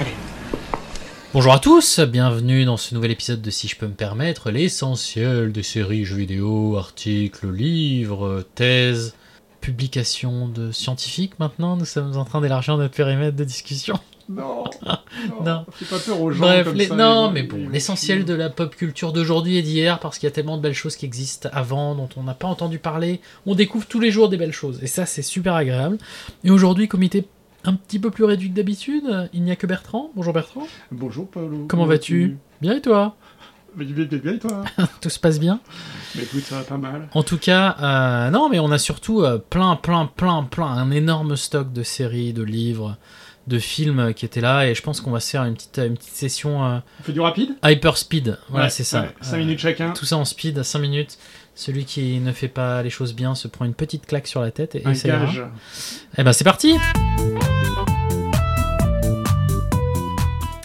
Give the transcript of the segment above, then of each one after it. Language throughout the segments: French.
Allez. Bonjour à tous, bienvenue dans ce nouvel épisode de Si je peux me permettre, l'essentiel des séries, jeux vidéo, articles, livres, thèses, publications de scientifiques maintenant. Nous sommes en train d'élargir notre périmètre de discussion. Non, Non. fais pas peur aux gens Bref, comme les- ça, ils non, vont- mais ils bon, vont l'essentiel chier. de la pop culture d'aujourd'hui et d'hier, parce qu'il y a tellement de belles choses qui existent avant, dont on n'a pas entendu parler. On découvre tous les jours des belles choses, et ça, c'est super agréable. Et aujourd'hui, comité un petit peu plus réduit que d'habitude, il n'y a que Bertrand. Bonjour Bertrand. Bonjour Paolo. Comment vas-tu Bien et toi Mais bien, bien, bien, et toi Tout se passe bien Mais écoute, ça va pas mal. En tout cas, euh, non, mais on a surtout euh, plein, plein, plein, plein, un énorme stock de séries, de livres, de films euh, qui étaient là, et je pense qu'on va se faire une petite, une petite session euh, On fait du rapide hyper speed. Voilà, c'est ça. 5 Euh, minutes chacun. Tout ça en speed à 5 minutes. Celui qui ne fait pas les choses bien se prend une petite claque sur la tête et, Un et ça ira. gage. Eh ben c'est parti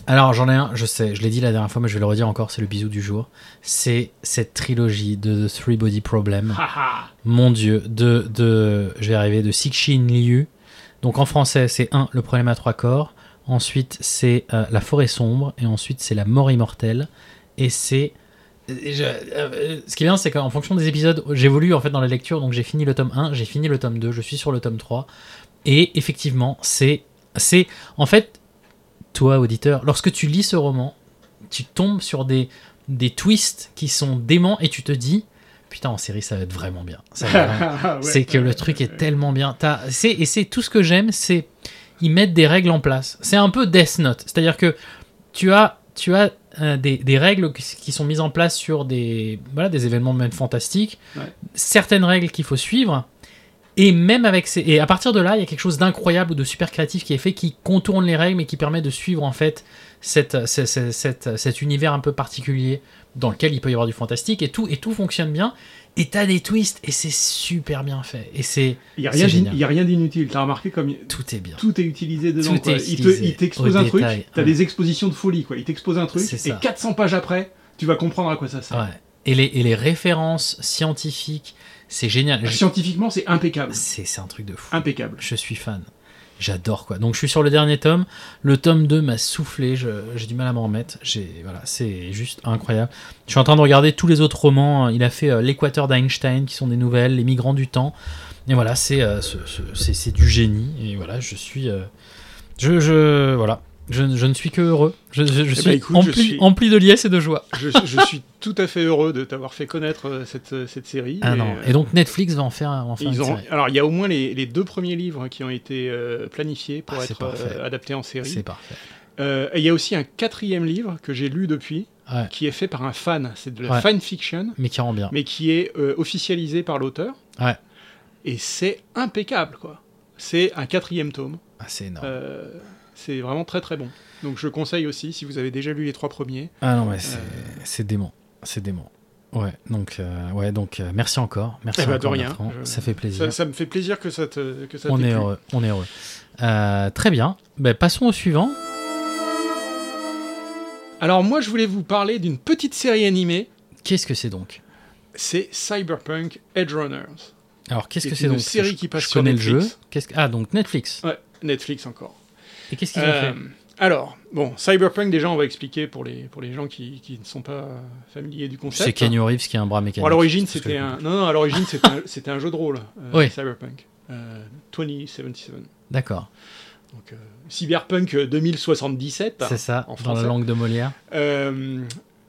Alors j'en ai un, je sais, je l'ai dit la dernière fois, mais je vais le redire encore, c'est le bisou du jour. C'est cette trilogie de The Three Body Problem. Ha, ha. Mon dieu, de, de je vais arriver, de Sixin Liu. Donc en français, c'est 1, le problème à trois corps. Ensuite, c'est euh, la forêt sombre. Et ensuite, c'est la mort immortelle. Et c'est. et je- euh, ce qui est bien, c'est qu'en fonction des épisodes, j'évolue en fait dans la lecture. Donc j'ai fini le tome 1, j'ai fini le tome 2, je suis sur le tome 3. Et effectivement, c'est. c'est En fait, toi, auditeur, lorsque tu lis ce roman, tu tombes sur des, des twists qui sont déments et tu te dis. Putain, en série, ça va être vraiment bien. Ça va être vraiment- Ouais. c'est que le truc est tellement bien. T'as- c'est- et c'est tout ce que j'aime, c'est ils mettent des règles en place. C'est un peu Death Note, c'est-à-dire que tu as tu as euh, des, des règles qui qui sont mises en place sur des voilà des événements même fantastiques, Ouais. certaines règles qu'il faut suivre. Et même avec ces et à partir de là, il y a quelque chose d'incroyable ou de super créatif qui est fait qui contourne les règles mais qui permet de suivre en fait cette, cette- cette- cette- cet univers un peu particulier dans lequel il peut y avoir du fantastique et tout et tout fonctionne bien et t'as des twists et c'est super bien fait et c'est Il y a c'est rien d'in- génial. il y a rien d'inutile. T'as remarqué comme il- tout est bien tout est utilisé dedans. Tout quoi. est Il te- utilisé il t'expose au un détail. truc, t'as Ouais. des expositions de folie. quoi. Il t'expose un truc, C'est et ça. 400 pages après, tu vas comprendre à quoi ça sert. Ouais. et les et les références scientifiques c'est Ah, génial Je- Scientifiquement, c'est impeccable. c'est c'est un truc de fou Impeccable. je suis fan j'adore quoi donc je suis sur le dernier tome le tome 2 m'a soufflé je- j'ai du mal à m'en remettre j'ai voilà c'est juste incroyable je suis en train de regarder tous les autres romans il a fait euh, l'équateur d'Einstein qui sont des nouvelles les migrants du temps et voilà c'est euh, ce- ce- c'est c'est du génie et voilà je suis euh, je, je voilà je, je ne suis que heureux je, je- je suis, bah, écoute, je empli, suis- empli de liesse et de joie je, je suis tout à fait heureux de t'avoir fait connaître euh, cette, euh, cette série. Ah Et, non. euh, Et donc Netflix va en faire, va en faire ils une ont- série. alors, il y a au moins les, les deux premiers livres qui ont été euh, planifiés pour Ah, c'est être euh, parfait. adaptés en série. C'est parfait. Euh, et il y a aussi un quatrième livre que j'ai lu depuis, Ouais. qui est fait par un fan. C'est de la Ouais. fan fiction, Mais qui rend bien. mais qui est euh, officialisé par l'auteur. Ouais. Et c'est impeccable, quoi. C'est un quatrième tome. Ah, c'est énorme. Euh, c'est vraiment très très bon. Donc je conseille aussi, si vous avez déjà lu les trois premiers, ah non, mais c'est Euh. c'est dément. C'est dément. Ouais, donc, euh, ouais, donc euh, merci encore. Merci Eh ben, de encore, rien. Bertrand. Je- Ça fait plaisir. ça, ça me fait plaisir que ça te que ça on t'ait est plu. heureux. On est heureux. Euh, très bien. Ben, passons au suivant. Alors moi je voulais vous parler d'une petite série animée, Qu'est-ce que c'est donc c'est Cyberpunk Edge Runners. Alors, qu'est-ce C'est que c'est une donc série Je- qui passe Je sur connais le jeu. Netflix. Qu'est-ce que- Ah, donc Netflix. Ouais, Netflix encore. Et qu'est-ce qu'ils ont Euh, fait alors, bon, Cyberpunk déjà on va expliquer pour les, pour les gens qui, qui ne sont pas euh, familiers du concept. C'est Kenny Reeves qui a un bras mécanique. Bon, à l'origine C'est tout ce que c'était je un... Non, non, à l'origine c'était un, c'était un jeu de rôle, euh, Oui. Cyberpunk. euh, 2077. comprends. D'accord. Donc, euh, Cyberpunk euh, 2077. C'est ça, Bah, en dans la français. langue de Molière. Euh,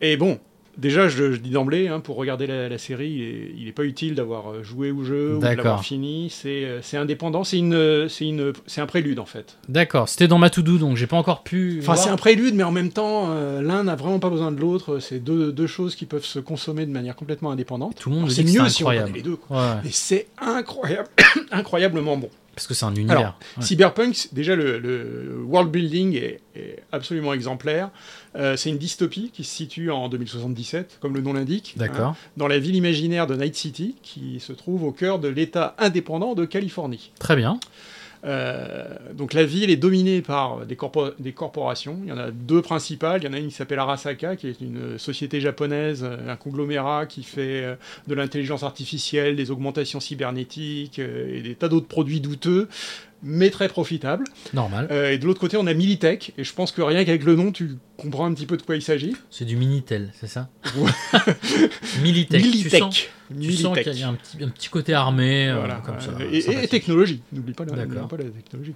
et bon, déjà, je, je dis d'emblée, hein, pour regarder la, la série, il est- il n'est pas utile d'avoir euh, joué au jeu ou de D'accord. l'avoir fini. C'est euh, c'est indépendant, c'est une, euh, c'est une, c'est un prélude en fait. D'accord, c'était dans ma to-do, donc j'ai pas encore pu. Enfin, voir. c'est un prélude, mais en même temps, euh, l'un n'a vraiment pas besoin de l'autre. C'est deux, deux choses qui peuvent se consommer de manière complètement indépendante. Tout le monde Alors, me C'est dit que c'est mieux si on incroyable. prenait les deux. quoi. Ouais. Mais c'est incroyable, incroyablement bon. Parce que c'est un univers. Alors, Ouais. Cyberpunk, c'est- déjà le, le world building est, est absolument exemplaire. Euh, c'est une dystopie qui se situe en 2077, comme le nom l'indique, hein, D'accord. dans la ville imaginaire de Night City, qui se trouve au cœur de l'État indépendant de Californie. Très bien. Euh, donc la ville est dominée par des, corpo- des corporations. Il y en a deux principales. Il y en a une qui s'appelle Arasaka, qui est une société japonaise, euh, un conglomérat qui fait euh, de l'intelligence artificielle, des augmentations cybernétiques euh, et des tas d'autres produits douteux, mais très profitables. Normal. Euh, et de l'autre côté, on a Militech. Et je pense que rien qu'avec le nom, tu comprends un petit peu de quoi il s'agit. C'est du Minitel, c'est ça Ouais. Militech. Tu sens, Militech. tu sens Militech. qu'il y a un petit, un petit côté armé, euh, Voilà, comme euh, ça. et- et, sympathique. technologie, n'oublie pas, la- D'accord. n'oublie pas la technologie.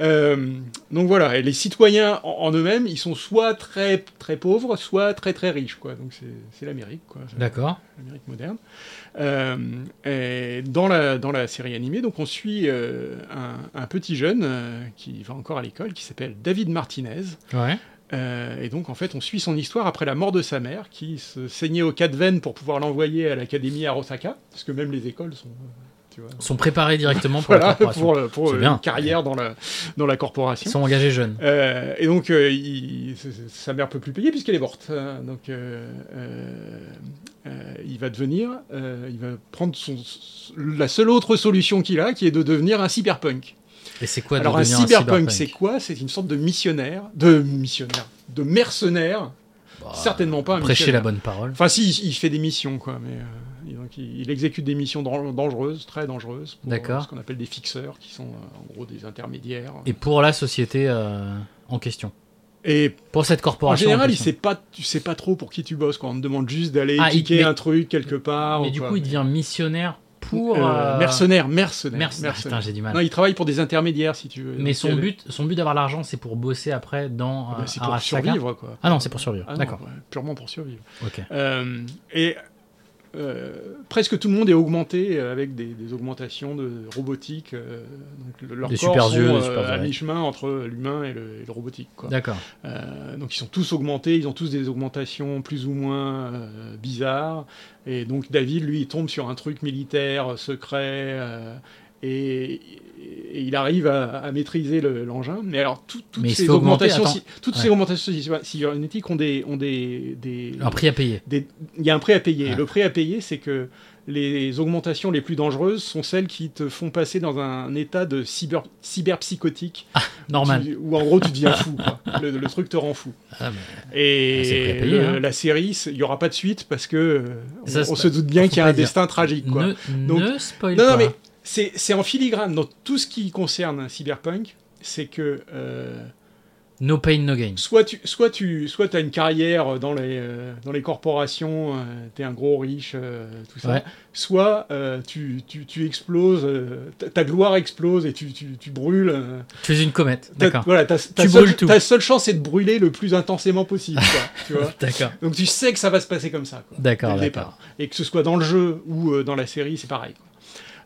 Euh, donc voilà, et les citoyens en, en eux-mêmes, ils sont soit très très pauvres, soit très très riches, quoi. Donc c'est c'est l'Amérique, quoi. C'est D'accord. L'Amérique moderne. Euh, et dans la dans la série animée, donc on suit euh, un, un petit jeune euh, qui va encore à l'école, qui s'appelle David Martinez. Ouais. Euh, et donc, en fait, on suit son histoire après la mort de sa mère, qui se saignait aux quatre veines pour pouvoir l'envoyer à l'académie à Osaka, parce que même les écoles sont, euh, tu vois, Sont préparés directement pour la voilà, corporation. pour, euh, pour, C'est euh, bien. une carrière dans la, dans la Ils corporation. sont engagés jeunes. Euh, et donc, euh, il- c- c- sa mère peut plus payer puisqu'elle est morte. Euh, donc, euh, euh, euh, il va devenir, euh, il va prendre son, la seule autre solution qu'il a, qui est de devenir un cyberpunk. Et c'est quoi de Alors, un devenir cyberpunk, c'est quoi C'est une sorte de missionnaire, de missionnaire, de mercenaire. Bah, Certainement pas un Prêcher la missionnaire. bonne parole. Enfin, si, il- il fait des missions, quoi. Mais euh, et donc, il, il exécute des missions dan- dangereuses, très dangereuses, pour euh, D'accord. ce qu'on appelle des fixeurs, qui sont euh, en gros des intermédiaires. Et pour la société euh, en question. Et, Pour cette en corporation. général, il question. sait pas, tu sais pas trop pour qui tu bosses, quoi. On te demande juste d'aller Ah, il- cliquer mais- un truc quelque part. Mais ou du quoi. coup, il devient missionnaire pour. Euh, euh, mercenaire, mercenaire, merce- Ah, mercenaire. putain, j'ai du Non, mal. il travaille pour des intermédiaires, si tu veux. Mais Donc, il y son a des- but, son but d'avoir l'argent, c'est pour bosser après dans. Ah euh, bah, c'est pour Arasaka. survivre, quoi. Ah non, c'est pour survivre. Ah non, D'accord. ouais, purement pour survivre. Ok. Euh, et euh, presque tout le monde est augmenté euh, avec des, des augmentations de robotique. euh, donc le- leurs Des corps super sont, yeux, des euh, super à oreilles. mi-chemin entre l'humain et le, et le robotique. quoi. D'accord. Euh, donc ils sont tous augmentés, ils ont tous des augmentations plus ou moins euh, bizarres. Et donc David, lui, il tombe sur un truc militaire, euh, secret, euh, et, et il arrive à, à maîtriser le- l'engin. Mais alors tout- toutes, Mais il se ces fait augmenter, augmentations, attends. si- toutes Ouais. ces augmentations si- cybernétiques ont des, ont des, des, Un prix à payer. des- il y a un prix à payer. Ouais. Le prix à payer, c'est que les augmentations les plus dangereuses sont celles qui te font passer dans un état de cyber, cyberpsychotique. Normal. Tu- Où en gros, tu deviens fou. quoi. Le, le truc te rend fou. Ah, mais- Et Ah, c'est prix à payer, le- hein. la série, c'est- il n'y aura pas de suite parce que euh, on, Ça, c'est on pas- se doute bien faut qu'il y a pas un le dire. destin tragique. Quoi. Ne, Donc- ne spoil Non, pas. non, mais c'est c'est en filigrane dans tout ce qui concerne un cyberpunk. C'est que euh, No pain, no gain. soit tu soit tu soit as une carrière dans les euh, dans les corporations tu t'es un gros riche euh, tout ça Ouais. soit euh, tu, tu, tu exploses euh, ta- ta gloire explose et tu, tu, tu brûles euh, Tu es une comète. ta- D'accord. voilà ta, ta Tu seule, brûles tout. ta seule chance c'est de brûler le plus intensément possible quoi, tu vois D'accord. donc tu sais que ça va se passer comme ça quoi, dès D'accord. le D'accord. départ et que ce soit dans le jeu ou euh, dans la série c'est pareil quoi.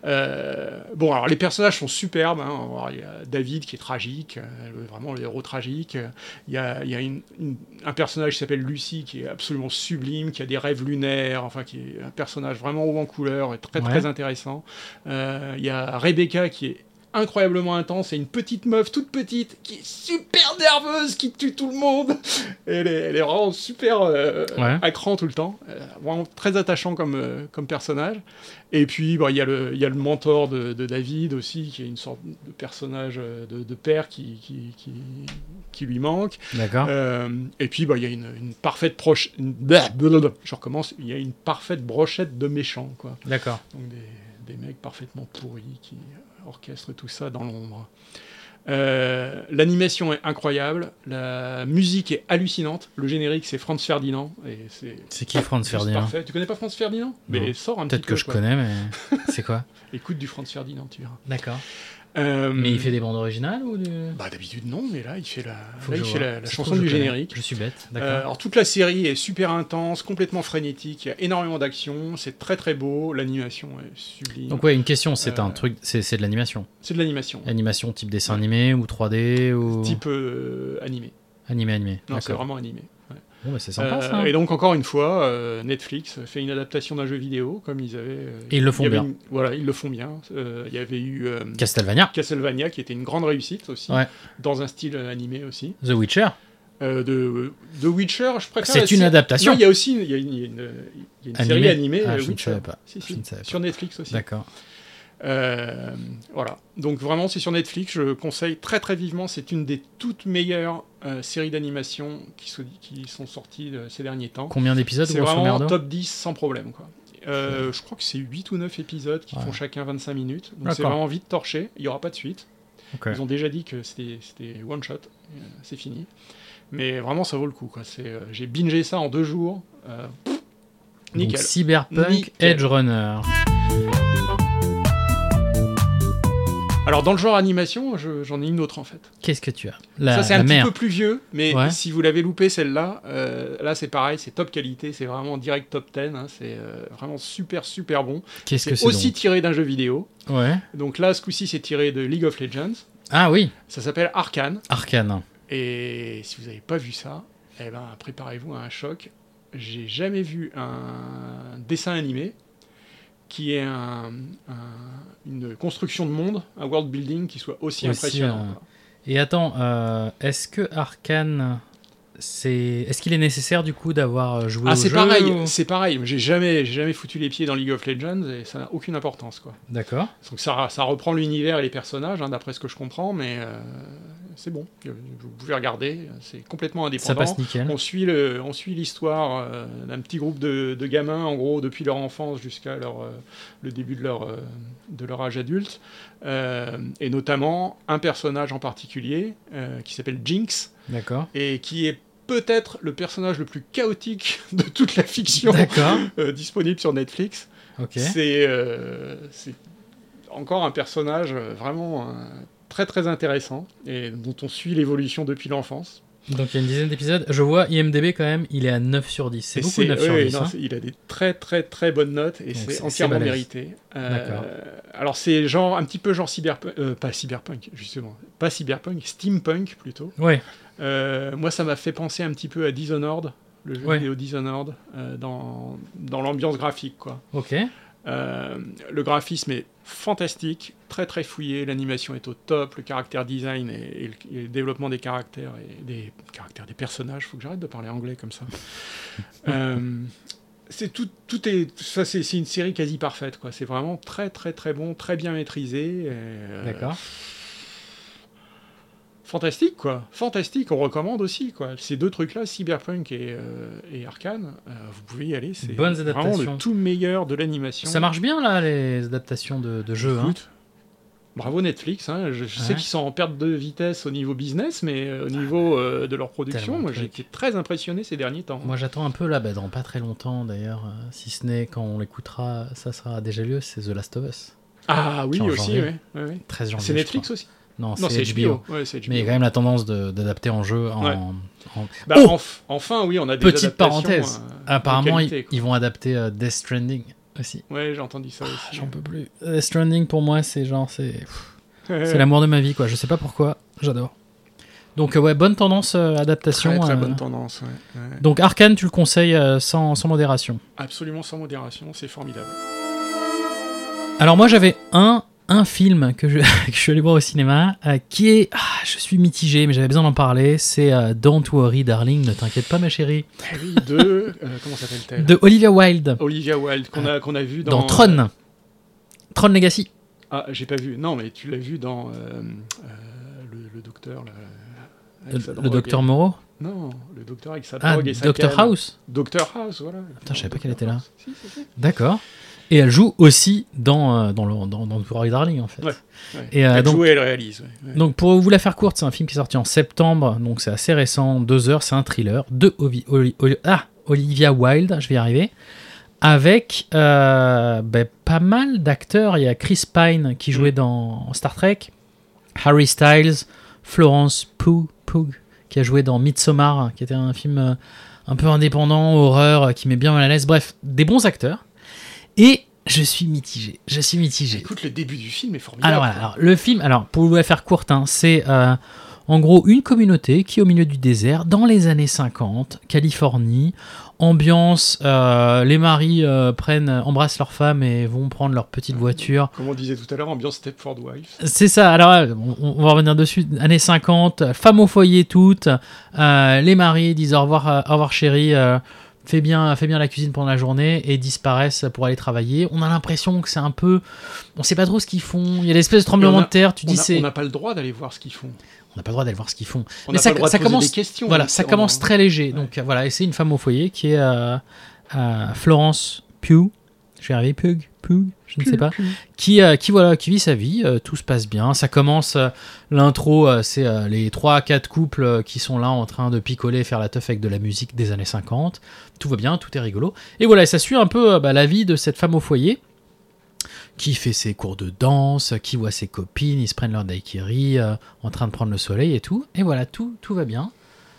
Euh, bon, alors les personnages sont superbes. hein. Alors, Il y a David qui est tragique, euh, le- vraiment le héros tragique. Euh, Il y a, il y a une- une- un personnage qui s'appelle Lucie qui est absolument sublime, qui a des rêves lunaires, enfin qui est un personnage vraiment haut en couleur et très Ouais. très intéressant. Euh, il y a Rebecca qui est incroyablement intense et une petite meuf toute petite qui est super nerveuse, qui tue tout le monde. Elle est, elle est vraiment super euh, Ouais. à cran tout le temps, Euh, vraiment très attachant comme, euh, comme personnage. Et puis, bon, il y, a le- il y a le mentor de, de David aussi, qui est une sorte de personnage euh, de, de père qui, qui, qui, qui lui manque. D'accord. Euh, et puis, bah, il y a une, une parfaite proche. une- blablabla. Je recommence. Il y a une parfaite brochette de méchants, quoi. D'accord. Donc des, des mecs parfaitement pourris qui orchestrent tout ça dans l'ombre. Euh, L'animation est incroyable, la musique est hallucinante, le générique c'est Franz Ferdinand et c'est C'est qui Franz juste Ferdinand parfait. Tu connais pas Franz Ferdinand Mais sors un petit Peut-être peu. que je quoi. connais, mais c'est quoi Écoute du Franz Ferdinand, tu verras. D'accord. Euh, Mais il fait des bandes originales ou du... Bah d'habitude non, mais là il fait la, Faut là, que il je fait vois. la, la Ça se chanson trouve, je du connais. générique. Je suis bête. Euh, D'accord. alors toute la série est super intense, complètement frénétique, il y a énormément d'action, c'est très très beau, l'animation est sublime. Donc ouais, une question. C'est un euh, truc. C'est c'est de l'animation. C'est de l'animation, Animation type dessin animé ou 3D ou type euh, animé. animé animé. Non, c'est D'accord. vraiment animé. ouais. Bon, bah, c'est sympa Euh, ça. Et donc, encore une fois, euh, Netflix fait une adaptation d'un jeu vidéo, comme ils avaient. euh, Et ils le font il y avait bien. une- voilà, ils le font bien. Euh, Il y avait eu euh, Castlevania, Castlevania, qui était une grande réussite aussi, Ouais. dans un style animé aussi. The Witcher. Euh, de, de Witcher, je préfère. C'est la une sé- adaptation. Non, il y a aussi il y a une, il y a une- il y a une Animée. série animée. Ah, euh, je ne Witcher. savais pas. Si, Je si, ne savais sur Netflix aussi. D'accord. Euh, voilà. Donc vraiment, c'est sur Netflix. Je conseille très très vivement. C'est une des toutes meilleures euh, séries d'animation qui, sont- qui sont sorties euh, ces derniers temps. Combien d'épisodes C'est grosso vraiment merdo top 10 sans problème. Quoi. Euh, je crois que c'est 8 ou 9 épisodes qui Ouais. font chacun 25 minutes. Donc c'est D'accord. vraiment vite torché. Il n'y aura pas de suite. Ok. Ils ont déjà dit que c'était c'était one shot. Euh, c'est fini. Mais vraiment, ça vaut le coup. quoi. C'est, euh, J'ai bingé ça en deux jours. Euh, pff, Donc, nickel. Cyberpunk Nickel. Edge Runner. Alors dans le genre animation, je- j'en ai une autre en fait. Qu'est-ce que tu as La, ça, c'est la un mer. petit peu plus vieux, mais Ouais. si vous l'avez loupé celle-là, euh, là c'est pareil, c'est top qualité, c'est vraiment direct top 10, hein, c'est euh, vraiment super super bon. Qu'est-ce que C'est c'est aussi tiré d'un jeu vidéo. donc Ouais. Donc là, ce coup-ci, c'est tiré de League of Legends. Ah oui, Ça s'appelle Arcane. Arcane. Et si vous n'avez pas vu ça, eh ben, préparez-vous à un choc. J'ai jamais vu un dessin animé qui est un- un- une construction de monde, un world building qui soit aussi, Aussi, impressionnant. euh, Et attends, euh, est-ce que Arcane, c'est, est-ce qu'il est nécessaire du coup d'avoir euh, joué Ah, au c'est jeu pareil, ou- c'est pareil. J'ai jamais, j'ai jamais foutu les pieds dans League of Legends et ça n'a aucune importance, quoi. D'accord. Donc ça, ça reprend l'univers et les personnages, hein, d'après ce que je comprends, mais euh, c'est bon. Vous pouvez regarder, c'est complètement indépendant. Ça passe nickel. On suit le, on suit l'histoire euh, d'un petit groupe de, de gamins, en gros, depuis leur enfance jusqu'à leur, euh, le début de leur, euh, de leur âge adulte, Euh, et notamment un personnage en particulier euh, qui s'appelle Jinx D'accord. et qui est peut-être le personnage le plus chaotique de toute la fiction D'accord. euh, disponible sur Netflix. Ok. C'est euh, c'est encore un personnage euh, vraiment euh, très très intéressant et dont on suit l'évolution depuis l'enfance. Donc il y a une dizaine d'épisodes. Je vois IMDb quand même, il est à 9 sur 10. C'est Et beaucoup 9 ouais, sur ouais, 10. non, hein. c'est- Il a des très très très bonnes notes et Donc c'est- c'est c'est entièrement balèze. mérité. Euh, D'accord. alors c'est genre un petit peu genre cyberpunk, euh, pas cyberpunk justement, pas cyberpunk, steampunk plutôt. Ouais. Euh, moi, ça m'a fait penser un petit peu à Dishonored, le jeu Ouais. vidéo Dishonored, euh, dans, dans l'ambiance graphique. Quoi. Ok. Euh, le graphisme est fantastique, très très fouillé, l'animation est au top, le caractère design et, et le, et le développement des caractères et des caractères des personnages. Faut que j'arrête de parler anglais comme ça. Euh, c'est tout, tout est ça c'est c'est une série quasi parfaite quoi. C'est vraiment très très très bon, très bien maîtrisé. et, euh, D'accord. Fantastique, quoi. Fantastique, on recommande aussi, quoi. Ces deux trucs-là, Cyberpunk et, euh, et Arkane, euh, vous pouvez y aller. C'est Bonnes vraiment adaptations. le tout meilleur de l'animation. Ça marche bien là les adaptations de, de jeux. Hein. Euh, Écoute, Bravo Netflix, hein. je, je sais Ouais. qu'ils sont en perte de vitesse au niveau business, mais euh, au niveau euh, de leur production, tellement moi de j'ai trucs. été très impressionné ces derniers temps. Moi j'attends un peu là, bah, dans pas très longtemps d'ailleurs, euh, si ce n'est quand on l'écoutera, ça sera déjà lieu, c'est The Last of Us. Ah oui, Tiens, aussi, janvier. ouais, ouais, ouais. 13 janvier. C'est je Netflix aussi crois. Non, Non, c'est HBO. Ouais, c'est HBO. Mais il y a quand même la tendance de- d'adapter en jeu en. Ouais. en- Bah, Oh enf- enfin, oui, on a des Petite adaptations, parenthèse. euh, de Apparemment, ils- qualité, ils, quoi. vont adapter euh, Death Stranding aussi. Ouais, j'ai entendu ça aussi. J'en peux plus. Death Stranding pour moi, c'est genre, c'est pff, Ah, Ouais. c'est l'amour de ma vie, quoi. Je sais pas pourquoi, j'adore. Donc, euh, ouais, bonne tendance euh, adaptation. Très, très euh, bonne tendance, ouais, ouais. Donc, Arkane, tu le conseilles euh, sans, sans modération. Absolument sans modération, c'est formidable. Alors, moi, j'avais un, un film que je, que je suis allé voir au cinéma euh, qui est. ah, je suis mitigé, mais j'avais besoin d'en parler. C'est euh, Don't Worry, Darling, ne t'inquiète pas, ma chérie, Oui, de... euh, comment s'appelle-t-elle de Olivia Wilde Olivia Wilde, qu'on a, qu'on a vu Euh, dans, dans... Tron. Tron Legacy. Ah, j'ai pas vu. Non, mais tu l'as vu dans euh, euh, le, le docteur. Là, avec sa Ah, Le, drogue le et- docteur Moreau. Non, le docteur avec sa Ah, drogue et sa Doctor canne. House. Docteur House, voilà. je savais pas qu'elle était là. House. Si, si, si. D'accord. Et elle joue aussi dans, euh, dans, le, dans, dans Rory Darling, en fait. Ouais, ouais. Et, euh, elle donc- joue et elle réalise. ouais, ouais. Donc, pour vous la faire courte, c'est un film qui est sorti en septembre, donc c'est assez récent, deux heures, c'est un thriller de Ovi- Oli- Oli- ah, Olivia Wilde, je vais y arriver, avec euh, ben, pas mal d'acteurs. Il y a Chris Pine qui jouait dans Star Trek, Harry Styles, Florence Pugh, Pugh, qui a joué dans Midsommar, qui était un film euh, un peu indépendant, horreur, euh, qui met bien mal à l'aise. Bref, des bons acteurs. Et je suis mitigé, je suis mitigé. Écoute, le début du film est formidable. Alors voilà, alors, le film, alors pour vous la faire courte, hein, c'est euh, En gros, une communauté qui est au milieu du désert, dans les années 50, Californie, ambiance, euh, les maris euh, prennent, embrassent leurs femmes et vont prendre leur petite voiture Comme on disait tout à l'heure, ambiance Stepford Wife. c'est ça, alors euh, on, on va revenir dessus, années 50, femmes au foyer toutes, euh, les maris disent au revoir, euh, au revoir chérie, euh, fais, bien, fais bien la cuisine pendant la journée et disparaissent pour aller travailler. On a l'impression que c'est un peu... On sait pas trop ce qu'ils font, il y a l'espèce de Et tremblement on a- de terre, tu On dis n'a c'est... on n'a pas le droit d'aller voir ce qu'ils font. On n'a pas le droit d'aller voir ce qu'ils font. On Mais n'a ça, pas le droit de ça poser commence, des questions. voilà, Donc, ça on- commence très léger. Ouais. Donc euh, voilà, et c'est une femme au foyer qui est euh, euh, Florence Pugh. Je vais y arriver, Pugh, Pugh, je ne sais pas. Qui, euh, qui voilà, qui vit sa vie, euh, tout se passe bien. Ça commence euh, l'intro, euh, c'est euh, les trois quatre couples euh, qui sont là en train de picoler, faire la teuf avec de la musique des années 50. Tout va bien, tout est rigolo. Et voilà, ça suit un peu euh, bah, la vie de cette femme au foyer qui fait ses cours de danse, qui voit ses copines, ils se prennent leur daiquiri euh, en train de prendre le soleil et tout. Et voilà, tout, tout va bien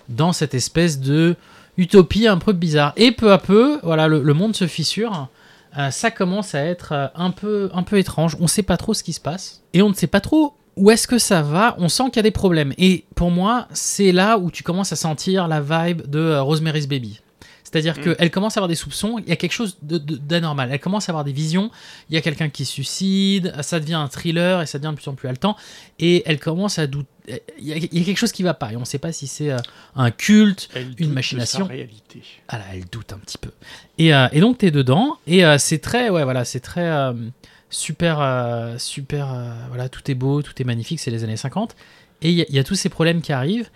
dans cette espèce de utopie un peu bizarre. Et peu à peu, voilà, le, le monde se fissure. Euh, ça commence à être euh, un peu, un peu étrange. On ne sait pas trop ce qui se passe. Et on ne sait pas trop où est-ce que ça va. On sent qu'il y a des problèmes. Et pour moi, c'est là où tu commences à sentir la vibe de euh, Rosemary's Baby. C'est-à-dire qu'elle commence à avoir des soupçons, il y a quelque chose de- de- d'anormal. Elle commence à avoir des visions, il y a quelqu'un qui se suicide, ça devient un thriller et ça devient de plus en plus haletant. Et elle commence à douter. Il y, a- il y a quelque chose qui va pas et on ne sait pas si c'est euh, un culte, Elle doute une de machination. sa réalité. Ah là, elle doute un petit peu. Et, euh, et donc t'es dedans et euh, c'est très ouais voilà c'est très euh, super euh, super euh, voilà tout est beau tout est magnifique c'est les années 50 et il y, a- il y a tous ces problèmes qui arrivent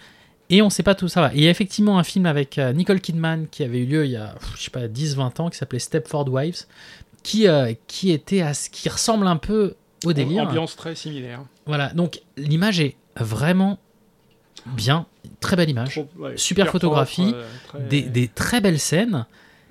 et on sait pas tout ça va. Et il y a effectivement un film avec euh, Nicole Kidman qui avait eu lieu il y a pff, je sais pas 10-20 ans qui s'appelait Stepford Wives qui euh, qui était à ce qui ressemble un peu au délire. Ambiance très similaire. Voilà donc l'image est vraiment bien très belle image. Trop- ouais, Super photographie, propre, euh, très, Des, des très belles scènes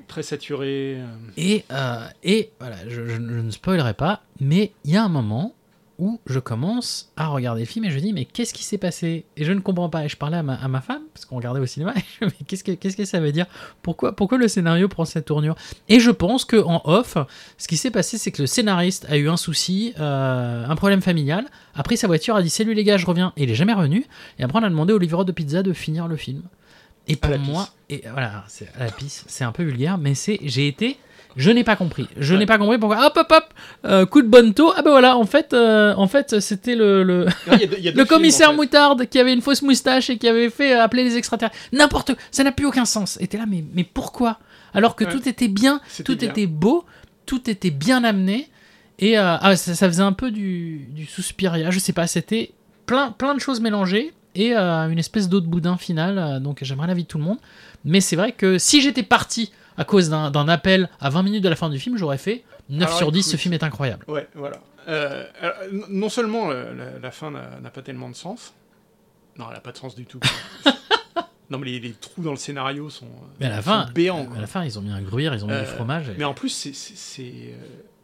très saturé. euh, Et, euh, et voilà, je, je- je ne spoilerai pas, mais il y a un moment où je commence à regarder le film et je dis mais qu'est-ce qui s'est passé Et je ne comprends pas. Et je parlais à ma, à ma femme, parce qu'on regardait au cinéma, et je me dis, mais qu'est-ce que, qu'est-ce que ça veut dire pourquoi, pourquoi le scénario prend cette tournure Et je pense que en off, ce qui s'est passé, c'est que le scénariste a eu un souci, euh, un problème familial, a pris sa voiture, a dit salut les gars, je reviens, et il est jamais revenu, et après on a demandé au livreur de pizza de finir le film. Et pour la moi, et voilà, c'est à la pisse, c'est un peu vulgaire, mais c'est, j'ai été, je n'ai pas compris, je n'ai pas compris pourquoi, hop hop hop, euh, coup de bonne taux, ah ben voilà, en fait, euh, en fait, c'était le, le, ah, il y a deux- il y a deux le films, en commissaire fait. moutarde qui avait une fausse moustache et qui avait fait euh, appeler les extraterrestres, n'importe, ça n'a plus aucun sens. Et t'es là, mais, mais pourquoi Alors que Ouais. tout était bien, C'était tout bien. était beau, tout était bien amené, et euh, ah, ça, ça faisait un peu du, du Suspiria, je sais pas, c'était plein, plein de choses mélangées et euh, une espèce d'eau de boudin finale, euh, donc j'aimerais l'avis de tout le monde. Mais c'est vrai que si j'étais parti à cause d'un d'un appel à 20 minutes de la fin du film, j'aurais fait 9 Alors, sur 10, écoute. ce film est incroyable. Ouais, voilà. Euh, alors, n- non seulement euh, la, la fin n'a n'a pas tellement de sens. Non, elle n'a pas de sens du tout. quoi. non, mais les, les trous dans le scénario sont, euh, Mais à la sont fin, béants. quoi. à la fin, ils ont mis un gruyère, ils ont mis Euh, du fromage. et- Mais en plus, c'est- c'est- c'est euh,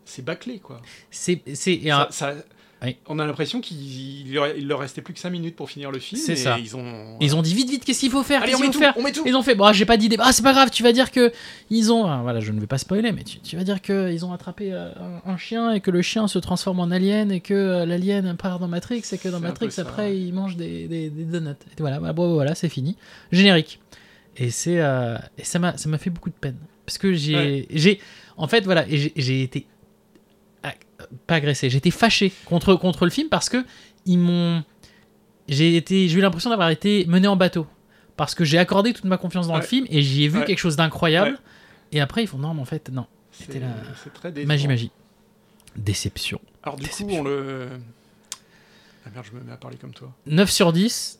c'est bâclé, quoi. C'est c'est- et un- Ça- ça- Oui. On a l'impression qu'il il leur, il leur restait plus que 5 minutes pour finir le film. C'est et ça. Ils ont, Ils ont dit vite vite qu'est-ce qu'il faut faire Allez, qu'est-ce on qu'il met faut tout, faire on met tout. Ils ont fait bah j'ai pas d'idée. Ah c'est pas grave, tu vas dire que ils ont ah, voilà, je ne vais pas spoiler mais tu, tu vas dire que ils ont attrapé euh, un, un chien et que le chien se transforme en alien et que euh, l'alien part dans Matrix et que dans C'est un Matrix peu ça, après ouais. il mange des, des, des donuts. Et voilà, voilà, bon, voilà, c'est fini. Générique. Et c'est euh, et ça m'a ça m'a fait beaucoup de peine parce que j'ai Ouais. j'ai en fait voilà, et j'ai- j'ai été ag- pas agressé, j'ai été fâché contre contre le film parce que ils m'ont j'ai été j'ai eu l'impression d'avoir été mené en bateau parce que j'ai accordé toute ma confiance dans le Ouais. film et j'y ai vu Ouais. quelque chose d'incroyable Ouais. et après ils font non mais en fait non C'est C'était la- c'est très décevant. magie magie déception Alors, du coup, Déception. on le. Ah merde, je me mets à parler comme toi. 9 sur 10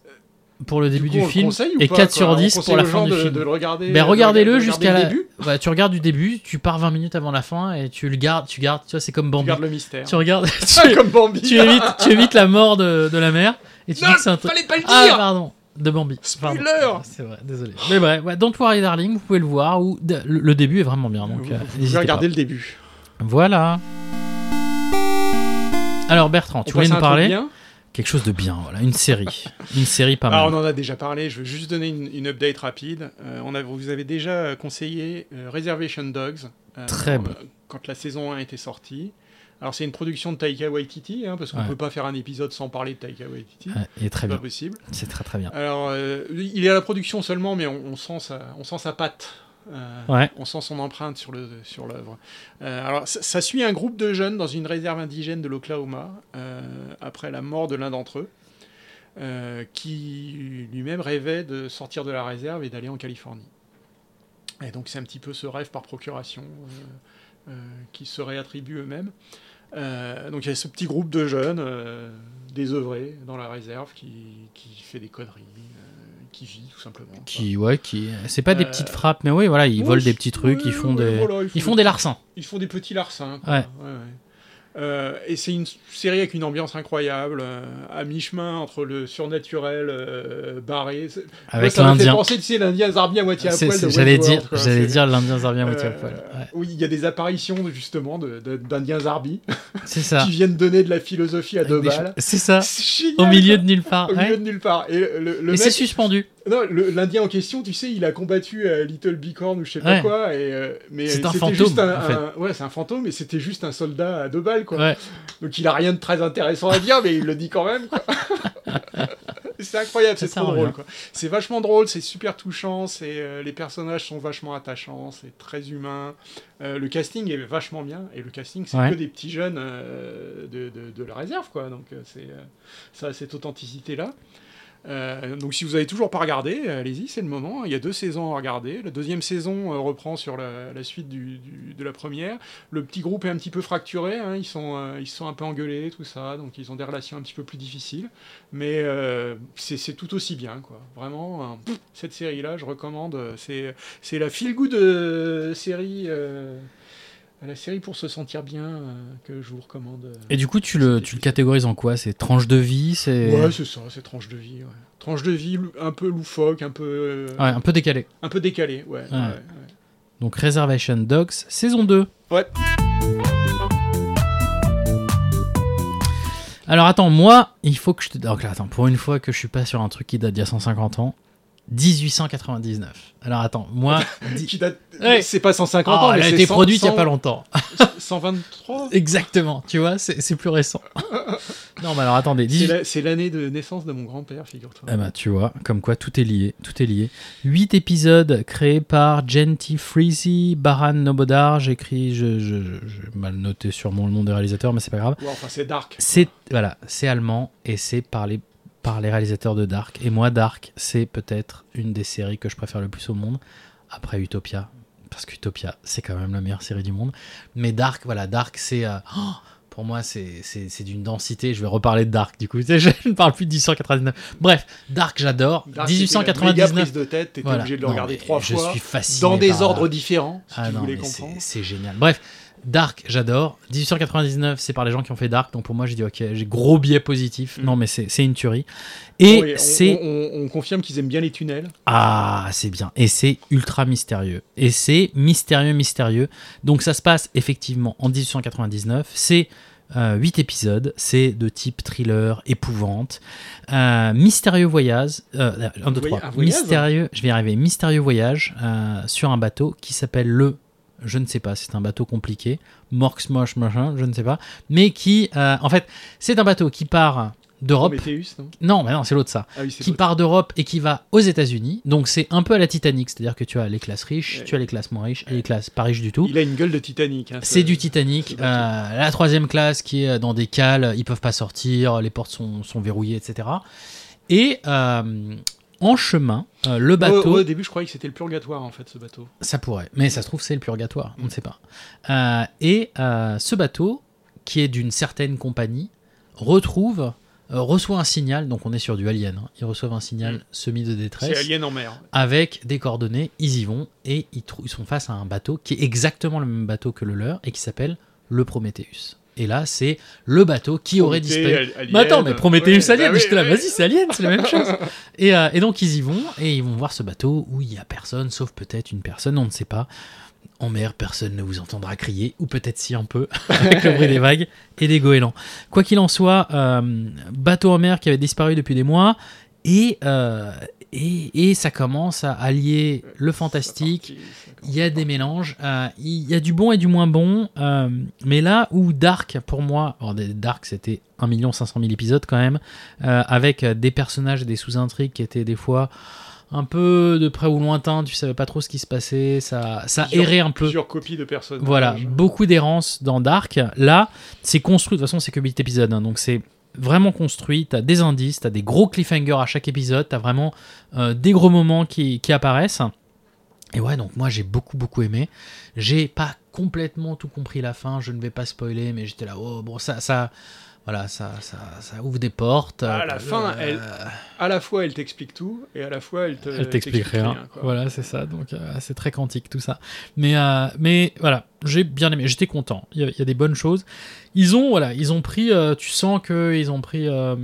pour le début coup, du, on le film conseille ou et pas, 4 quoi sur On 10 conseille pour la aux fin gens du de- film de le regarder. euh, ben de regardez-le regarder jusqu'à le la début. Bah, tu regardes du début tu pars 20 minutes avant la fin et tu le gardes tu gardes tu vois c'est comme Tu Bambi regardes le mystère. tu regardes Ah, tu, comme Bambi. tu évites tu évites la mort de, de la mère et tu Non, dis que c'est un truc fallait pas le ah dire. pardon de Bambi Pardon. Spoiler. C'est vrai, désolé. Mais bref, ouais, Don't Worry Darling, vous pouvez le voir. Ou de- le, le début est vraiment bien, donc Vous- euh, vous pouvez n'hésitez regarder pas. le début. Voilà. Alors Bertrand, tu On voulais passe à nous un parler truc bien quelque chose de bien, voilà, une série, une série pas Ah, mal. on en a déjà parlé, je veux juste donner une, une update rapide. Euh, on a, vous avez déjà euh, conseillé euh, Reservation Dogs. euh, Très euh, bon. Quand la saison 1 était sortie. Alors, c'est une production de Taika Waititi, hein, parce qu'on ne Ouais. peut pas faire un épisode sans parler de Taika Waititi. Ouais, il est très c'est pas bien. possible. C'est très très bien. Alors, euh, il est à la production seulement, mais on, on sent, sa, on sent sa patte. Euh, Ouais. On sent son empreinte sur le sur l'œuvre. Euh, alors ça, ça suit un groupe de jeunes dans une réserve indigène de l'Oklahoma euh, après la mort de l'un d'entre eux, euh, qui lui-même rêvait de sortir de la réserve et d'aller en Californie. Et donc c'est un petit peu ce rêve par procuration euh, euh, qui se réattribue eux-mêmes. Euh, donc il y a ce petit groupe de jeunes euh, désœuvrés dans la réserve qui, qui fait des conneries, euh, qui vit tout simplement. Qui, ouais, qui. C'est pas des Euh, petites frappes, mais oui, voilà, ils ouais, volent des je- petits trucs, ouais, ils font ouais, des, voilà, ils ils, font font des larcins. Ils font des petits larcins. quoi. Ouais. ouais. Euh, et c'est une série avec une ambiance incroyable, euh, à mi-chemin entre le surnaturel euh, barré. c'est- Avec Moi, ça m'a fait l'Indien. penser, tu sais, l'Indien zarbi à moitié à C'est- poil. c'est- de J'allais Westworld, dire, quoi. j'allais C'est- dire l'Indien zarbi à moitié à euh, poil. Ouais, Oui, il y a des apparitions justement de- de- d'Indiens zarbi C'est ça. qui viennent donner de la philosophie Ah. à Avec deux des balles. che- C'est ça. C'est génial, Au milieu quoi. de nulle part. Au ouais. milieu de nulle part. Et le, le Et mec- c'est suspendu. non, le- l'Indien en question, tu sais, il a combattu euh, Little Bicorn ou je sais pas Ouais. quoi, et euh, mais C'est un euh, c'était fantôme, juste un, en fait. un- ouais, c'est un fantôme, mais c'était juste un soldat à deux balles, quoi. Ouais. Donc il a rien de très intéressant à dire, mais il le dit quand même. quoi. c'est incroyable, Ça c'est sert trop à rien. drôle. quoi. C'est vachement drôle, c'est super touchant, c'est euh, les personnages sont vachement attachants, c'est très humain. Euh, le casting est vachement bien, et le casting c'est Ouais. que des petits jeunes euh, de, de- de la réserve, quoi. Donc euh, c'est euh, ça a cette authenticité là. donc si vous avez toujours pas regardé, euh, allez-y, c'est le moment. Il y a deux saisons à regarder. La deuxième saison euh, reprend sur la, la suite du- du- de la première le petit groupe est un petit peu fracturé, hein, ils, sont, euh, ils se sont un peu engueulés, tout ça, donc ils ont des relations un petit peu plus difficiles, mais euh, c'est c'est tout aussi bien, quoi. Vraiment, euh, cette série-là, je recommande, euh, c'est c'est la feel-good euh, série, euh, la série pour se sentir bien euh, que je vous recommande. euh. Et du coup, tu le, tu le catégorises en quoi C'est tranche de vie C'est Ouais, c'est ça, c'est tranche de vie, ouais. Tranche de vie lou- un peu loufoque, un peu, euh, Ouais, un peu décalé. un peu décalé, ouais. ouais, ouais. Donc Reservation Dogs, saison 2. Ouais. Alors attends, moi, il faut que je te... Donc là, attends, pour une fois que je suis pas sur un truc qui date d'il y a 150 ans, 1899. Alors attends, moi... di- Qui date- Ouais. C'est pas 150 Ah, ans, mais elle a c'est été 100 produite il y a 100 pas longtemps. 123 Exactement, tu vois, c'est c'est plus récent. non, mais alors attendez, 18... C'est la- C'est l'année de naissance de mon grand-père, figure-toi. Eh ben, tu vois, comme quoi tout est lié, tout est lié. Huit épisodes créés par Genty Freezy, Baran Nobodar, j'écris, je, je, je- j'ai mal noté sûrement le nom des réalisateurs, mais c'est pas grave. Ouais, enfin, c'est dark. C'est, voilà, c'est allemand et c'est par les, par les réalisateurs de Dark. Et moi, Dark, c'est peut-être une des séries que je préfère le plus au monde, après Utopia, parce qu'Utopia, c'est quand même la meilleure série du monde. Mais Dark, voilà, Dark, c'est... euh, oh, pour moi, c'est c'est- c'est d'une densité. Je vais reparler de Dark, du coup. Tu sais, Je ne parle plus de 1899. Bref, Dark, j'adore. Dark, c'était la méga 1899. prise de tête, t'étais Voilà. obligé de le Non, regarder mais trois je fois. suis fasciné dans des par- ordres différents, si Ah tu non, voulais mais c'est- comprendre. c'est génial. Bref, Dark, j'adore. 1899, c'est par les gens qui ont fait Dark, donc pour moi, j'ai dit, ok, j'ai gros biais positif. Mm. Non, mais c'est c'est une tuerie. Et Oui, on- c'est. on, on- on confirme qu'ils aiment bien les tunnels. Ah, c'est bien. Et c'est ultra mystérieux. Et c'est mystérieux, mystérieux. Donc ça se passe effectivement en 1899. C'est. 8 épisodes, c'est de type thriller, épouvante. Euh, mystérieux voyage, euh, un, deux, voy- trois. un voyage hein. Mystérieux, je vais y arriver. Mystérieux voyage euh, sur un bateau qui s'appelle le, je ne sais pas, c'est un bateau compliqué, Morx Moche, machin, je ne sais pas, mais qui, euh, en fait, c'est un bateau qui part d'Europe. Prometheus, non Non, mais non, c'est l'autre ça Ah oui, c'est qui l'autre. part d'Europe et qui va aux États-Unis. Donc c'est un peu à la Titanic, c'est-à-dire que tu as les classes riches, Ouais. tu as les classes moins riches et les classes pas riches du tout. Il a une gueule de Titanic. hein, C'est ce- du ce Titanic. bateau. euh, la troisième classe qui est dans des cales, ils peuvent pas sortir, les portes sont, sont verrouillées, etc. Et euh, en chemin, euh, le Ouais, bateau, ouais, au début, je croyais que c'était le purgatoire, en fait, ce bateau. ça pourrait, mais ça se trouve c'est le purgatoire, Mm. on ne sait pas. Euh, et euh, ce bateau, qui est d'une certaine compagnie, retrouve, euh, reçoit un signal, donc on est sur du Alien, hein, ils reçoivent un signal Mm. semi de C'est détresse Alien en mer. avec des coordonnées, ils y vont et ils, trou- ils sont face à un bateau qui est exactement le même bateau que le leur et qui s'appelle le Prometheus. Et là, c'est le bateau qui aurait Prométhée, disparu. Al- Alien. Mais Bah, attends, mais Prometheus Ouais, Alien, bah oui, j'étais là, ouais. vas-y, c'est Alien, c'est la même chose. Et, euh, et donc ils y vont et ils vont voir ce bateau où il n'y a personne, sauf peut-être une personne, on ne sait pas. En mer, personne ne vous entendra crier, ou peut-être si un peu, avec le bruit des vagues et des goélands. Quoi qu'il en soit, euh, bateau en mer qui avait disparu depuis des mois, et, euh, Et, et ça commence à allier le fantastique, Ça commence il y a par- des mélanges, euh, il y a du bon et du moins bon, euh, mais là où Dark, pour moi, alors des- Dark c'était 1 500 000 épisodes quand même, euh, avec euh, des personnages et des sous-intrigues qui étaient des fois un peu de près ou lointain, tu savais pas trop ce qui se passait, ça, ça plusieurs- errait un peu. Plusieurs copies de personnages. Voilà, beaucoup d'errance dans Dark. Là, c'est construit, de toute façon, c'est que 8 épisodes, hein, donc c'est vraiment construit. T'as des indices, t'as des gros cliffhangers à chaque épisode, t'as vraiment euh, des gros moments qui, qui apparaissent. Et ouais, donc moi j'ai beaucoup beaucoup aimé. J'ai pas complètement tout compris la fin, je ne vais pas spoiler, mais j'étais là, oh bon, ça, ça, voilà, ça, ça, ça ouvre des portes. À Ah, la Euh, fin, elle- À la fois, elle t'explique tout, et à la fois, elle te. elle t'explique rien. quoi. Voilà, c'est ça. Donc, euh, c'est très quantique tout ça. Mais, euh, mais voilà, j'ai bien aimé. J'étais content. Il y, a, il y a des bonnes choses. Ils ont, voilà, ils ont pris. euh, tu sens que ils ont pris euh,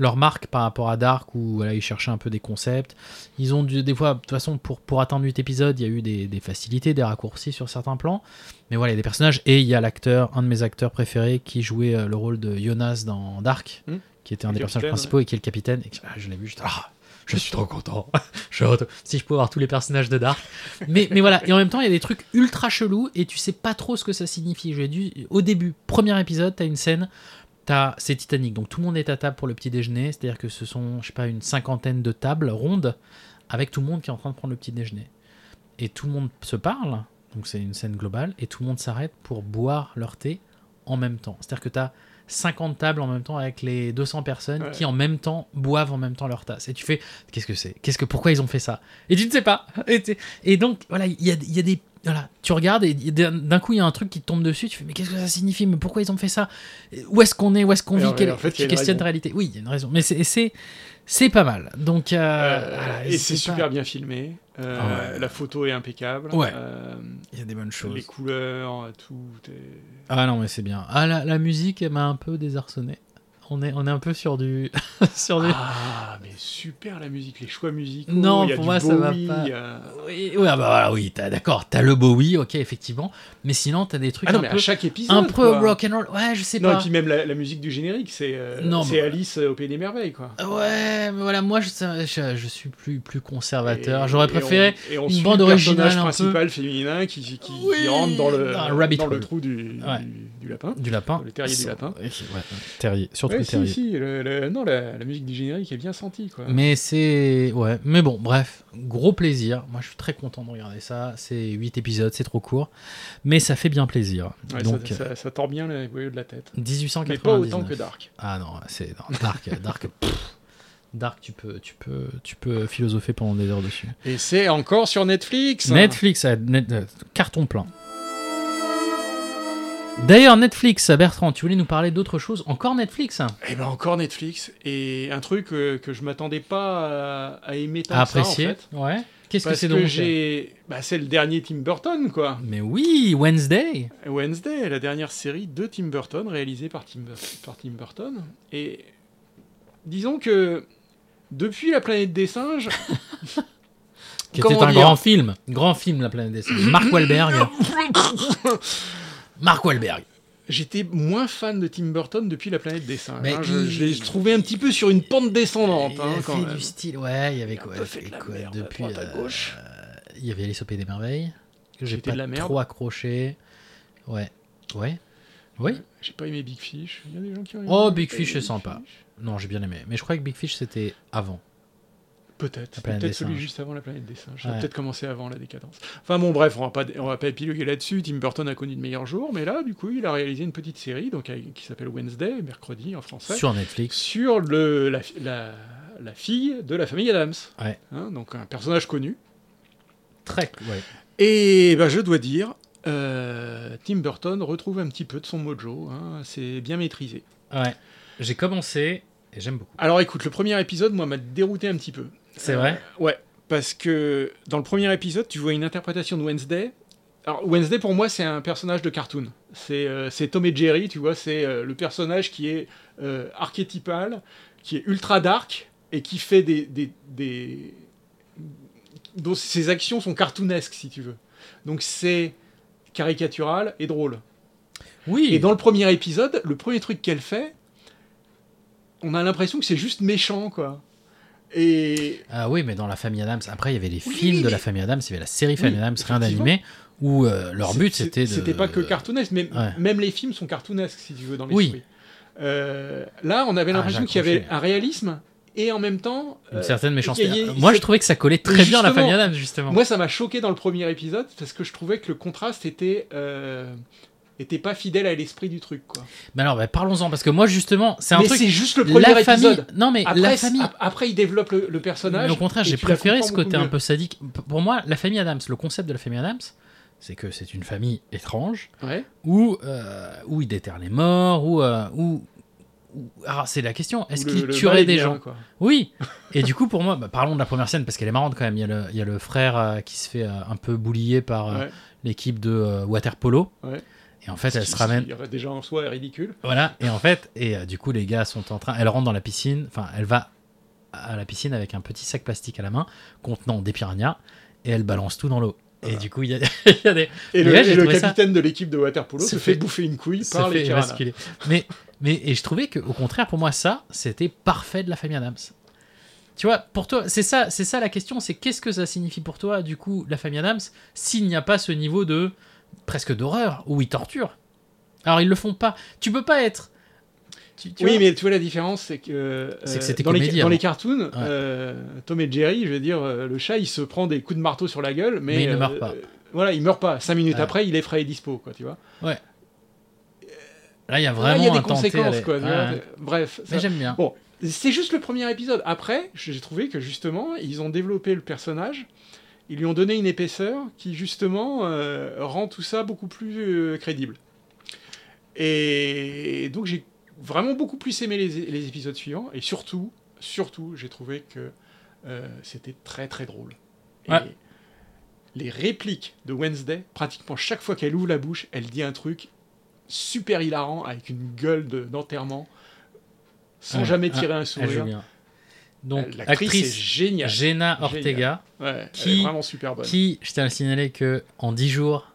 leur marque par rapport à Dark, où voilà, ils cherchaient un peu des concepts. Ils ont dû, des fois, de toute façon, pour pour atteindre 8 épisodes, il y a eu des, des facilités, des raccourcis sur certains plans. Mais voilà, il y a des personnages et il y a l'acteur, un de mes acteurs préférés, qui jouait euh, le rôle de Jonas dans Dark, Hmm. qui était un Le des personnages capitaine, principaux et qui est le capitaine. Et que- ah, je l'ai vu, j'étais ah, je suis trop content. Je suis heureux. si je pouvais avoir tous les personnages de Dark. Mais, mais voilà, et en même temps, il y a des trucs ultra chelous et tu sais pas trop ce que ça signifie. J'ai dû, au début, premier épisode, t'as une scène, t'as, c'est Titanic, donc tout le monde est à table pour le petit déjeuner, c'est-à-dire que ce sont, je sais pas, une cinquantaine de tables rondes avec tout le monde qui est en train de prendre le petit déjeuner. Et tout le monde se parle, donc c'est une scène globale, et tout le monde s'arrête pour boire leur thé en même temps. C'est-à-dire que t'as 50 tables en même temps avec les 200 personnes Ouais. qui en même temps boivent en même temps leur tasse. Et tu fais, qu'est-ce que c'est Qu'est-ce que pourquoi ils ont fait ça Et tu ne sais pas. Et, t'es- et donc voilà, il y a, il y a des voilà, tu regardes et d'un d'un coup il y a un truc qui te tombe dessus. Tu fais mais qu'est-ce que ça signifie Mais pourquoi ils ont fait ça Où est-ce qu'on est Où est-ce qu'on Et vit en- et Quelle- en fait, il y a Tu une questionnes raison. ta réalité. Oui, il y a une raison. Mais c'est et c'est c'est pas mal. Donc euh, Euh, voilà, et c'est pas- super bien filmé. Euh, Ah ouais. La photo est impeccable. Ouais. Euh, Il y a des bonnes les choses. couleurs, tout. est- Ah non mais c'est bien. Ah la, la musique elle m'a un peu désarçonné. On est on est un peu sur du sur du. Ah, mais super la musique, les choix musicaux. Non, il y a pour du euh, moi, ça va Bowie, pas. il y a- Oui, ouais, bah voilà, oui, t'as- d'accord, t'as le Bowie, ok, effectivement, mais sinon t'as des trucs Ah non, un mais à peu chaque épisode. un peu quoi. rock and roll. Ouais, je sais Non, pas. et puis même la, la musique du générique, c'est euh, Non, c'est mais- Alice au Pays des Merveilles, quoi. Ouais, mais voilà, moi je, je, je suis plus plus conservateur. Et- J'aurais et préféré. on- et on une suit bande le originale un personnage peu. principal féminin qui, qui, qui- qui Oui, rentre dans le, dans un rabbit dans le hole. trou du, Ouais. du, du lapin. Du lapin. Le terrier du lapin. Ouais, ouais, terrier, surtout Ouais, le si, terrier. si, le- le- non, la, la musique du générique est bien sentie, quoi. Mais c'est. Ouais, mais bon, bref, gros plaisir. Moi je suis très content de regarder ça. C'est 8 épisodes, c'est trop court. Mais ça fait bien plaisir. Ouais, ça- Donc, ça, ça, tord bien les boyaux de la tête. Mais 1899. pas autant que Dark. Ah non, c'est non, Dark, Dark. pff. Dark, tu peux, tu peux, tu peux philosopher pendant des heures dessus. Et c'est encore sur Netflix. hein. Netflix, a- net- euh, carton plein. D'ailleurs, Netflix, Bertrand, tu voulais nous parler d'autre chose Encore Netflix Eh ben encore Netflix et un truc euh, que je m'attendais pas à, à aimer tant À que ça, en apprécier fait. Ouais. Qu'est-ce que Parce c'est que donc j'ai, bah, c'est le dernier Tim Burton quoi. Mais oui, Wednesday Wednesday, la dernière série de Tim Burton réalisée par Tim, par Tim Burton. Et disons que depuis la planète des singes, Qui Comment était un dire grand film. Grand film, La planète des singes. Mark Wahlberg. Mark Wahlberg. j'étais moins fan de Tim Burton depuis la planète des singes. Mais hein. Je, il- je l'ai trouvé un petit peu sur une pente descendante. il hein, a quand fait même. du style, ouais, il y avait Il a un quoi, peu fait de la quoi, merde, à depuis, droite, à euh, gauche. il y avait les sopés des merveilles que j'ai C'était pas de la merde. trop accroché. Ouais, ouais, oui. J'ai pas aimé Big Fish. Il y a des gens qui ont aimé. Oh, J'ai Big pas Fish, aimé c'est sympa. Fish. Non, j'ai bien aimé. Mais je crois que Big Fish c'était avant. Peut-être. La planète Peut-être des celui singes. juste avant la planète des singes. Ça Ouais. a peut-être commencé avant la décadence. Enfin bon, bref, on va pas, on va pas épiloguer là-dessus. Tim Burton a connu de meilleurs jours, mais là, du coup, il a réalisé une petite série donc, avec- qui s'appelle Wednesday, mercredi en français, sur, Sur Netflix. le, la, la- la fille de la famille Adams. Ouais. Hein, donc un personnage connu. Très. Ouais. Et ben, je dois dire, euh, Tim Burton retrouve un petit peu de son mojo. hein. c'est bien maîtrisé. Ouais. J'ai commencé et j'aime beaucoup. Alors écoute, le premier épisode, moi, m'a dérouté un petit peu. C'est vrai. Ah Ouais, parce que dans le premier épisode, tu vois une interprétation de Wednesday. Alors, Wednesday, pour moi, c'est un personnage de cartoon. C'est euh, c'est Tom et Jerry, tu vois, c'est euh, le personnage qui est euh, archétypal, qui est ultra dark, et qui fait des... des, des- dont ses actions sont cartoonesques, si tu veux. Donc c'est caricatural et drôle. Oui. Et dans le premier épisode, le premier truc qu'elle fait, on a l'impression que c'est juste méchant, quoi. Et Ah oui, mais dans la famille Adams, après il y avait les Oui, films de mais- la famille Adams, il y avait la série famille Oui, Adams, rien effectivement. d'animé, où euh, leur c'est- but c'est- c'était de. C'était pas que cartoonesque, mais Ouais. même les films sont cartoonesques, si tu veux, dans les Oui. là, on avait Ah, l'impression j'ai qu'il y avait accroché. un réalisme et en même temps. Une euh, certaine méchanceté. il y a- Moi je c'est- trouvais que ça collait très bien à la Justement. famille Adams, justement. Moi, ça m'a choqué dans le premier épisode parce que je trouvais que le contraste était, euh, était pas fidèle à l'esprit du truc. Quoi. Mais alors, bah, parlons-en, parce que moi justement, c'est un Mais truc. c'est juste le premier la famille. épisode. Non, mais Après, la famille. ap- après, il développe le, le personnage. Mais au contraire, et j'ai tu la préféré comprends ce côté beaucoup un mieux. peu sadique. P- Pour moi, la famille Adams, le concept de la famille Adams, c'est que c'est une famille étrange Ouais. où, euh, où ils déterrent les morts, où. euh, où où- alors, c'est la question, est-ce Où le- qu'ils le tueraient mal est des bien, gens quoi. Oui Et du coup, pour moi, bah, parlons de la première scène, parce qu'elle est marrante quand même. Il y a le, il y a le frère euh, qui se fait euh, un peu boulier par euh, Ouais. l'équipe de euh, water polo. Ouais. Et en fait, elle Ce se qui- ramène. ce qui, Déjà en soi est ridicule. Voilà, et en fait, et euh, du coup, les gars sont en train. Elle rentre dans la piscine, enfin, elle va à la piscine avec un petit sac plastique à la main contenant des piranhas et elle balance tout dans l'eau. Et du coup, il y, a- il y a des. Et Mais le, là, j'ai et le trouvé ça- capitaine de l'équipe de waterpolo se se fait fait- bouffer une couille se par les fait piranhas. basculer. Mais, mais, et je trouvais que, au contraire, pour moi, ça, c'était parfait de la famille Adams. Tu vois, pour toi, c'est ça, c'est ça la question, c'est qu'est-ce que ça signifie pour toi, du coup, la famille Adams, s'il n'y a pas ce niveau de presque d'horreur où ils torturent. Alors ils le font pas. Tu peux pas être. tu- tu oui, vois, mais tu vois la différence, c'est que, euh, C'est que c'était dans, les, comédie hein. dans avant. les cartoons, euh, Tom et Jerry, je veux dire, euh, le chat, il se prend des coups de marteau sur la gueule, mais, Mais il ne euh, meurt pas. euh, voilà, il meurt pas. Cinq minutes Ouais. après, il est frais et dispo, quoi, tu vois. Là, il y a Ouais, vraiment il y a un des tenté, conséquences, allez. quoi. tu Ouais, vois, ouais. c'est- Bref, ça- Mais j'aime bien. bon, c'est juste le premier épisode. Après, j'ai trouvé que justement, ils ont développé le personnage. Ils lui ont donné une épaisseur qui justement euh, rend tout ça beaucoup plus euh, crédible. Et donc j'ai vraiment beaucoup plus aimé les, les épisodes suivants. Et surtout, surtout, j'ai trouvé que euh, c'était très très drôle. Et Ouais. les répliques de Wednesday, pratiquement chaque fois qu'elle ouvre la bouche, elle dit un truc super hilarant avec une gueule de- d'enterrement, sans Ouais, jamais ah, tirer un Elle joue sourire. bien. Donc, Euh, L'actrice est actrice géniale. Jenna Ortega, Ouais, elle qui- est vraiment super bonne. qui, je tiens à le signaler, que en 10 jours,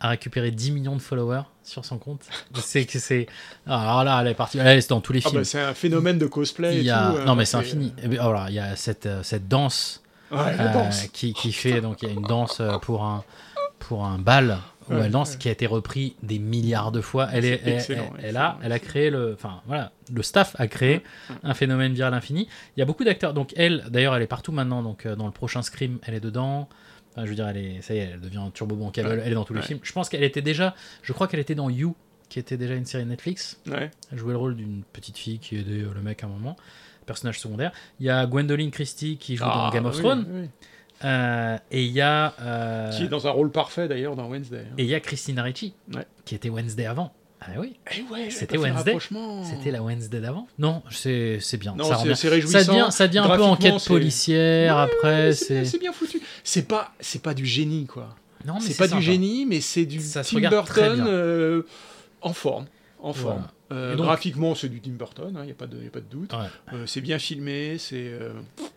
a récupéré 10 millions de followers sur son compte. c'est que c'est. ah, Alors là, elle est partie. Elle est dans tous les Ah films. bah, c'est un phénomène de cosplay. il y et a... tout, euh, non, mais c'est euh, infini. Eh bien, voilà, il y a cette, euh, cette danse, Ouais, la euh, danse. Oh, qui, qui fait. Donc, il y a une danse euh, pour un, pour un bal où Ouais, elle danse ouais. qui a été repris des milliards de fois. Elle, est, C'est elle, excellent, elle- elle a, excellent, elle a créé le. Enfin, voilà, le staff a créé un phénomène viral infini. Il y a beaucoup d'acteurs. Donc, elle, d'ailleurs, elle est partout maintenant. Donc, euh, dans le prochain Scream, elle est dedans. Enfin, je veux dire, elle est, ça y est, elle devient turbo bancable. Elle est dans tous les Ouais. films. Je pense qu'elle était déjà. Je crois qu'elle était dans You, qui était déjà une série Netflix. Ouais. Elle jouait le rôle d'une petite fille qui aidait euh, le mec à un moment, personnage secondaire. Il y a Gwendoline Christie qui joue dans Ah, Game of oui, Thrones. oui. Euh, et il y a. euh, Qui est dans un rôle parfait d'ailleurs dans Wednesday. hein. Et il y a Christina Ricci, Ouais. qui était Wednesday avant. Ah oui, Eh ouais, j'avais C'était pas fait le Wednesday. rapprochement. c'était la Wednesday d'avant. Non, c'est c'est bien. Non, ça rend c'est- bien. c'est Ça réjouissant. devient, ça devient un peu Graphiquement, enquête c'est- policière Ouais, après. mais c'est bien- c'est- c'est bien foutu. C'est pas, c'est pas du génie quoi. Non, mais C'est pas sympa. du génie, mais c'est du Ça se Tim regarde très Burton bien. euh, en forme. En Voilà. forme. Euh, Et donc- graphiquement, c'est du Tim Burton, il n'y a, pas de y a pas de doute. Ouais. Euh, c'est bien filmé, c'est. euh,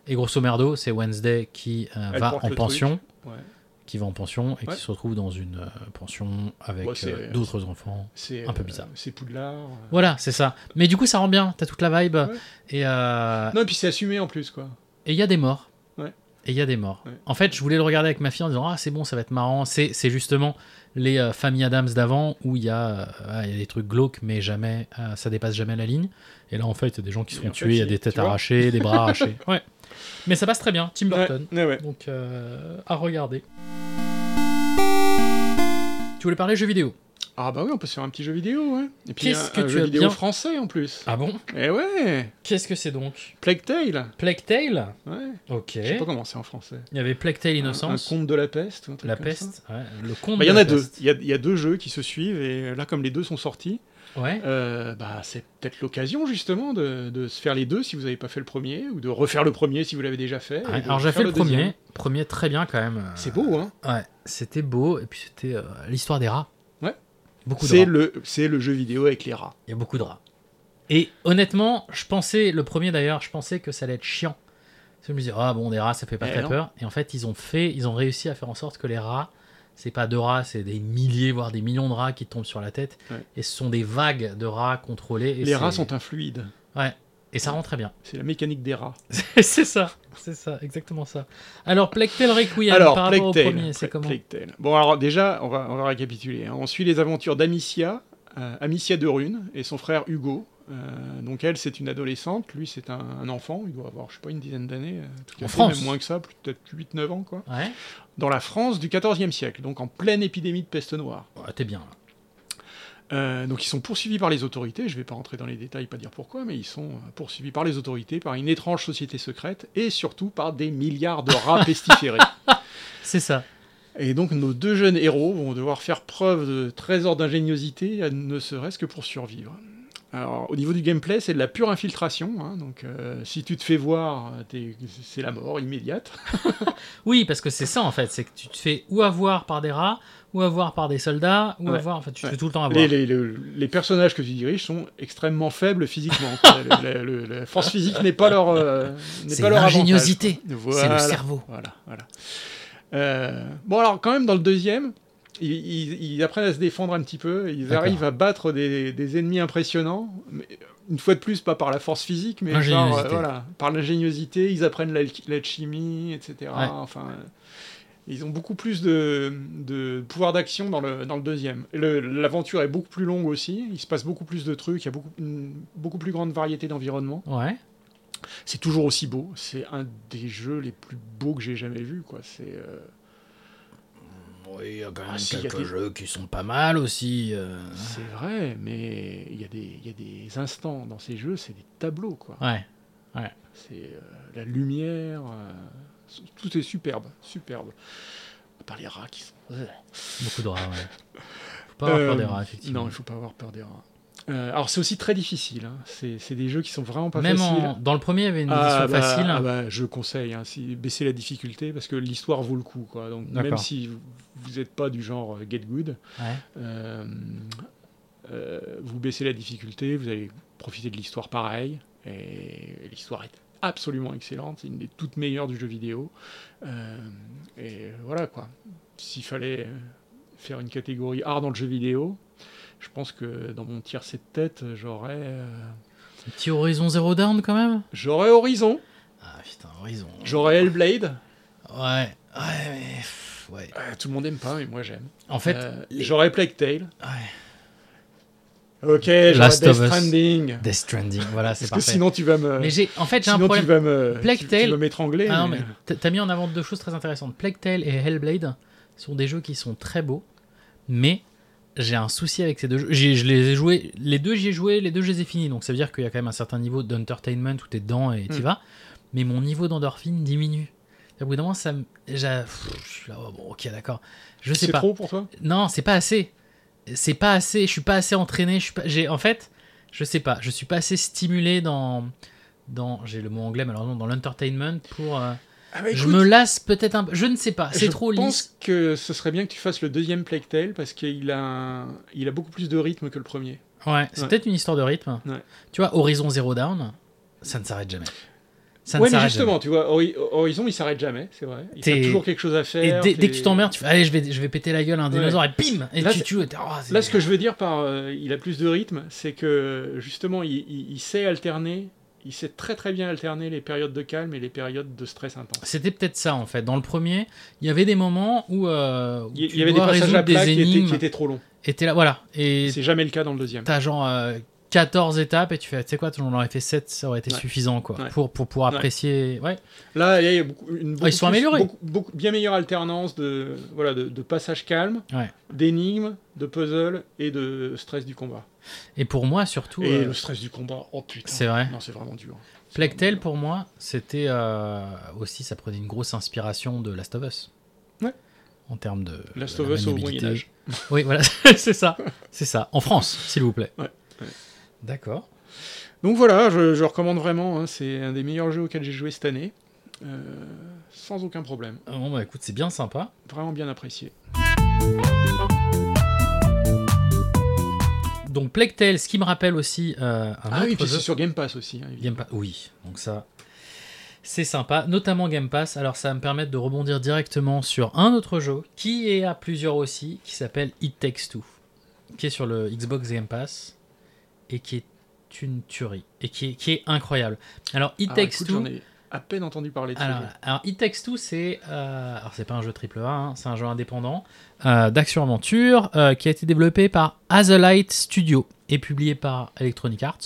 Et grosso merdo, c'est Wednesday qui euh, Elle va porte en le pension. truc. Ouais. Qui va en pension et Ouais. qui se retrouve dans une euh, pension avec Ouais, c'est- euh, d'autres enfants. c'est Un peu euh, bizarre. c'est Poudlard. euh. Voilà, c'est ça. Mais du coup, ça rend bien. T'as toute la vibe. Et euh, Non, et puis c'est assumé en plus, quoi. et il y a des morts. Ouais. Et il y a des morts. Ouais. En fait, je voulais le regarder avec ma fille en disant Ah, c'est bon, ça va être marrant. C'est c'est justement les euh, familles Adams d'avant où il y, a, euh, ah, il y a des trucs glauques, mais jamais, euh, ça dépasse jamais la ligne. Et là, en fait, il y a des gens qui se Et font en fait, tuer, il y a il- des tu têtes vois. arrachées, des bras arrachés. Ouais. Mais ça passe très bien, Tim Burton. Ouais, ouais, ouais. Donc, euh, à regarder. Tu voulais parler jeux vidéo Ah bah oui, on peut se faire un petit jeu vidéo, ouais. Et puis Qu'est-ce un, que un tu jeu as vidéo bien- français en plus. Ah bon Eh ouais Qu'est-ce que c'est donc Plague Tale Plague Tale Ouais. Ok. Je sais pas Il comment c'est en français. y avait Plague Tale Un Innocence, conte de la peste ou un truc La comme ça. Peste, ouais, le conte Bah, Il de y en la a deux. peste. Il y a, il y a deux jeux qui se suivent et là, comme les deux sont sortis, Ouais. euh, bah, c'est peut-être l'occasion justement de, de se faire les deux si vous n'avez pas fait le premier ou de refaire le premier si vous l'avez déjà fait. Ouais, et de alors j'ai faire fait le premier, deuxième. premier très bien quand même. C'est beau, hein Ouais, c'était beau et puis c'était euh, l'histoire des rats. Ouais. Beaucoup de C'est rats. le, c'est le jeu vidéo avec les rats. Il y a beaucoup de rats. Et honnêtement, je pensais le premier d'ailleurs, je pensais que ça allait être chiant. Parce que je me disais ah bon des rats ça fait pas Eh très non. peur et en fait ils ont fait, ils ont réussi à faire en sorte que les rats c'est pas deux rats, c'est des milliers voire des millions de rats qui te tombent sur la tête Ouais. et ce sont des vagues de rats contrôlés. et les rats c'est- sont un fluide. Ouais. Et ça rend très bien. C'est la mécanique des rats. c'est ça, c'est ça, exactement ça. Alors, Plague Tale Requiem, alors, par Plague rapport au Tale, premier, c'est Pla- comment Plague Tale. Bon, alors déjà, on va, on va récapituler. hein. On suit les aventures d'Amicia, euh, Amicia de Rune, et son frère Hugo. Euh, donc elle, c'est une adolescente, lui, c'est un, un enfant, il doit avoir, je sais pas, une dizaine d'années, euh, tout à En fait, France. même moins que ça, peut-être 8-9 ans, quoi. Ouais, Dans la France du XIVe siècle, donc en pleine épidémie de peste noire. Ouais, t'es bien là. Euh, donc ils sont poursuivis par les autorités, je ne vais pas rentrer dans les détails, pas dire pourquoi, mais ils sont euh, poursuivis par les autorités, par une étrange société secrète, et surtout par des milliards de rats pestiférés. C'est ça. Et donc nos deux jeunes héros vont devoir faire preuve de trésors d'ingéniosité, euh, ne serait-ce que pour survivre. Alors au niveau du gameplay, c'est de la pure infiltration, hein, donc euh, si tu te fais voir, euh, t'es- c'est la mort immédiate. Oui, parce que c'est ça en fait, c'est que tu te fais ou avoir par des rats, ou avoir par des soldats, ou Ouais. avoir. Enfin, tu te Ouais. fais tout le temps avoir. Les, les- le- les personnages que tu diriges sont extrêmement faibles physiquement. quoi. Le- le- le- la force physique n'est pas leur, euh, n'est C'est pas leur l'ingéniosité, avantage. C'est Voilà. le cerveau. Voilà, voilà. Euh, bon, alors, quand même, dans le deuxième, ils, ils- ils apprennent à se défendre un petit peu. Ils D'accord. arrivent à battre des, des ennemis impressionnants. Mais, une fois de plus, pas par la force physique, mais par, L'ingéniosité. voilà, par l'ingéniosité. Ils apprennent l'alchi- l'alchimie, etc. Ouais. Enfin. euh, Ils ont beaucoup plus de, de pouvoir d'action dans le, dans le deuxième. Le- L'aventure est beaucoup plus longue aussi, il se passe beaucoup plus de trucs, il y a beaucoup, une beaucoup plus grande variété d'environnements. Ouais. C'est toujours aussi beau. C'est un des jeux les plus beaux que j'ai jamais vu. Quoi. C'est, euh, Ah, Oui, il y a quand même quelques jeux qui sont pas mal aussi. c'est vrai, mais il y, a des- il y a des instants dans ces jeux, c'est des tableaux. Quoi. Ouais. C'est euh, la lumière, euh, tout est superbe, superbe. À part les rats qui sont... Beaucoup de rats, ouais. Faut pas avoir peur Euh, des rats, effectivement. Non, il faut pas avoir peur des rats. Euh, alors c'est aussi très difficile. hein. C'est, c'est des jeux qui sont vraiment pas Même en- faciles. dans le premier, il y avait une édition Ah, bah, facile. hein. ah, bah, je conseille, hein, si, baissez la difficulté parce que l'histoire vaut le coup. Quoi. Donc, même D'accord. si vous- vous n'êtes pas du genre euh, get good, Ouais. euh, euh, vous baissez la difficulté, vous allez profiter de l'histoire pareil. Et l'histoire est absolument excellente, c'est une des toutes meilleures du jeu vidéo. Euh, et voilà quoi. S'il fallait euh, faire une catégorie art dans le jeu vidéo, je pense que dans mon tier 7 tête, j'aurais euh, Un Petit Horizon Zero Dawn, quand même j'aurais Horizon, Ah putain, Horizon. j'aurais Hellblade. Ouais. Ouais, mais, pff, ouais. Euh, tout le monde aime pas, mais moi j'aime. En fait, Euh, les- J'aurais Plague Tale. Ouais. Ok, j'aurais Last Death of Us. Stranding. Death Stranding, voilà, c'est Parce que parfait. sinon tu vas me. Mais j'ai, en fait, j'ai un sinon tu problème. vas me. Plague tu- tu Tale- vas m'étrangler. Ah non, mais- mais t'as- t'as mis en avant deux choses très intéressantes. Plague Tale et Hellblade sont des jeux qui sont très beaux, mais j'ai un souci avec ces deux jeux. J'ai- Je les ai joués, les deux j'y ai joué, les deux je les ai finis, donc ça veut dire qu'il y a quand même un certain niveau d'entertainment où t'es dedans et t'y Hmm. vas, mais mon niveau d'endorphine diminue. Au bout d'un moment, ça me. j'a- pff, Je suis là, oh, bon, ok, d'accord. Je sais C'est pas. trop pour toi Non, c'est pas assez. C'est pas assez. Je suis pas assez entraîné. Je suis pas. J'ai en fait, je sais pas. Je suis pas assez stimulé dans dans. J'ai le mot anglais malheureusement dans l'entertainment pour. euh, je me lasse peut-être un peu. Je ne sais pas. C'est trop Je lisse. pense que ce serait bien que tu fasses le deuxième Plague Tale parce qu'il a, un- il a beaucoup plus de rythme que le premier. Ouais. C'est Ouais. peut-être une histoire de rythme. Ouais. Tu vois, Horizon Zero Down, ça ne s'arrête jamais. Ça ne ouais, mais s'arrête justement, tu vois, Hori- Horizon il s'arrête jamais, c'est vrai. Il T'es- y a toujours quelque chose à jamais. faire. Et dès, dès que t'es- tu t'emmerdes, tu fais allez, je vais je vais péter la gueule à un Ouais. dinosaure et bim et Là, tu c'est- tues. et t'es- oh, c'est- Là, ce que je veux dire par euh, il a plus de rythme, c'est que justement, il, il- il sait alterner, il sait très très bien alterner les périodes de calme et les périodes de stress intense. C'était peut-être ça en fait. Dans le premier, il y avait des moments où, euh, où Il il tu y avait des dois passages à résoudre plat des qui étaient, énigmes. qui étaient trop longs. Et t'es là, voilà. Et C'est jamais le cas dans le deuxième. t'as genre euh, 14 étapes et tu fais, tu sais quoi, on aurait fait 7, ça aurait été Ouais. suffisant quoi, Ouais. pour, pour pouvoir Ouais. apprécier. Ouais, Là, il y a beaucoup- une beaucoup ils sont plus- améliorés. beaucoup- beaucoup- bien meilleure alternance de, voilà, de, de passages calmes, Ouais. d'énigmes, de puzzles et de stress du combat. Et pour moi, surtout, Et euh, le stress du combat, oh putain. c'est vrai. Non, c'est vraiment dur. C'est Plague vraiment Tale, dur. pour moi, c'était euh, aussi, ça prenait une grosse inspiration de Last of Us. Ouais. En termes de. Last de la of Us au maniabilité. Moyen-Âge. Oui, voilà, c'est ça. C'est ça. En France, s'il vous plaît. Ouais, ouais. D'accord. Donc voilà, je, je recommande vraiment. hein, c'est un des meilleurs jeux auxquels j'ai joué cette année. Euh, sans aucun problème. Bon, bah écoute, c'est bien sympa. Vraiment bien apprécié. Donc, Plague Tale, ce qui me rappelle aussi euh, un Ah autre oui, puis jeu. c'est sur Game Pass aussi. hein, évidemment. Game Pass, oui, donc ça, c'est sympa, notamment Game Pass. Alors, ça va me permettre de rebondir directement sur un autre jeu qui est à plusieurs aussi, qui s'appelle It Takes Two, qui est sur le Xbox Game Pass et qui est une tuerie et qui est, qui est incroyable. Alors, It Alors, Takes Ah, écoute, Two. Ah J'en ai à peine entendu parler de ce Alors, jeu. alors, It Takes Two, c'est euh, alors c'est pas un jeu triple A, hein, c'est un jeu indépendant euh, d'action aventure euh, qui a été développé par Azulite Studio et publié par Electronic Arts.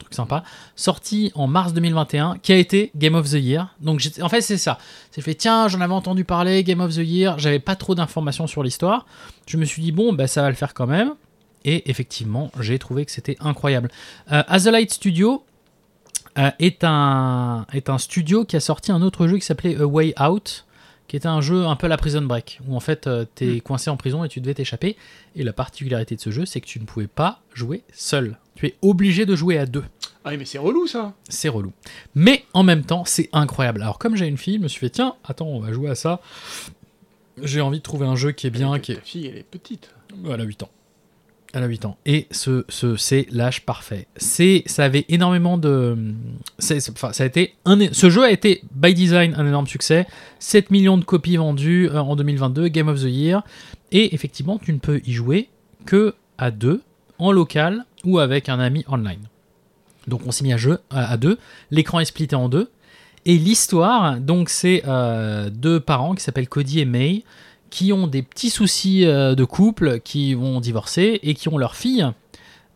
Truc sympa, sorti en mars 2021, qui a été Game of the Year. Donc j'étais- en fait c'est ça. C'est fait tiens j'en avais entendu parler Game of the Year, j'avais pas trop d'informations sur l'histoire. Je me suis dit bon bah ça va le faire quand même. Et effectivement j'ai trouvé que c'était incroyable. Euh, Azulite Studio, euh, est, un, est un studio qui a sorti un autre jeu qui s'appelait A Way Out, qui était un jeu un peu à la prison break, où en fait euh, t'es coincé en prison et tu devais t'échapper. Et la particularité de ce jeu, c'est que tu ne pouvais pas jouer seul. Tu es obligé de jouer à deux. Ah oui, mais c'est relou ça. C'est relou. Mais en même temps, c'est incroyable. Alors comme j'ai une fille, je me suis fait, tiens, attends, on va jouer à ça. J'ai envie de trouver un jeu qui est bien, Et qui est... Ta fille, elle est petite. Elle a 8 ans. Elle a 8 ans. Et ce, ce, c'est l'âge parfait. C'est, ça avait énormément de. c'est- c'est- enfin, ça a été un, é- ce jeu a été, by design, un énorme succès. 7 millions de copies vendues euh, en 2022, Game of the Year. Et effectivement, tu ne peux y jouer que à deux, en local ou avec un ami online. Donc on s'est mis à, jeu, à, à deux. L'écran est splitté en deux. Et l'histoire, donc c'est euh, deux parents qui s'appellent Cody et May, qui ont des petits soucis euh, de couple, qui vont divorcer et qui ont leur fille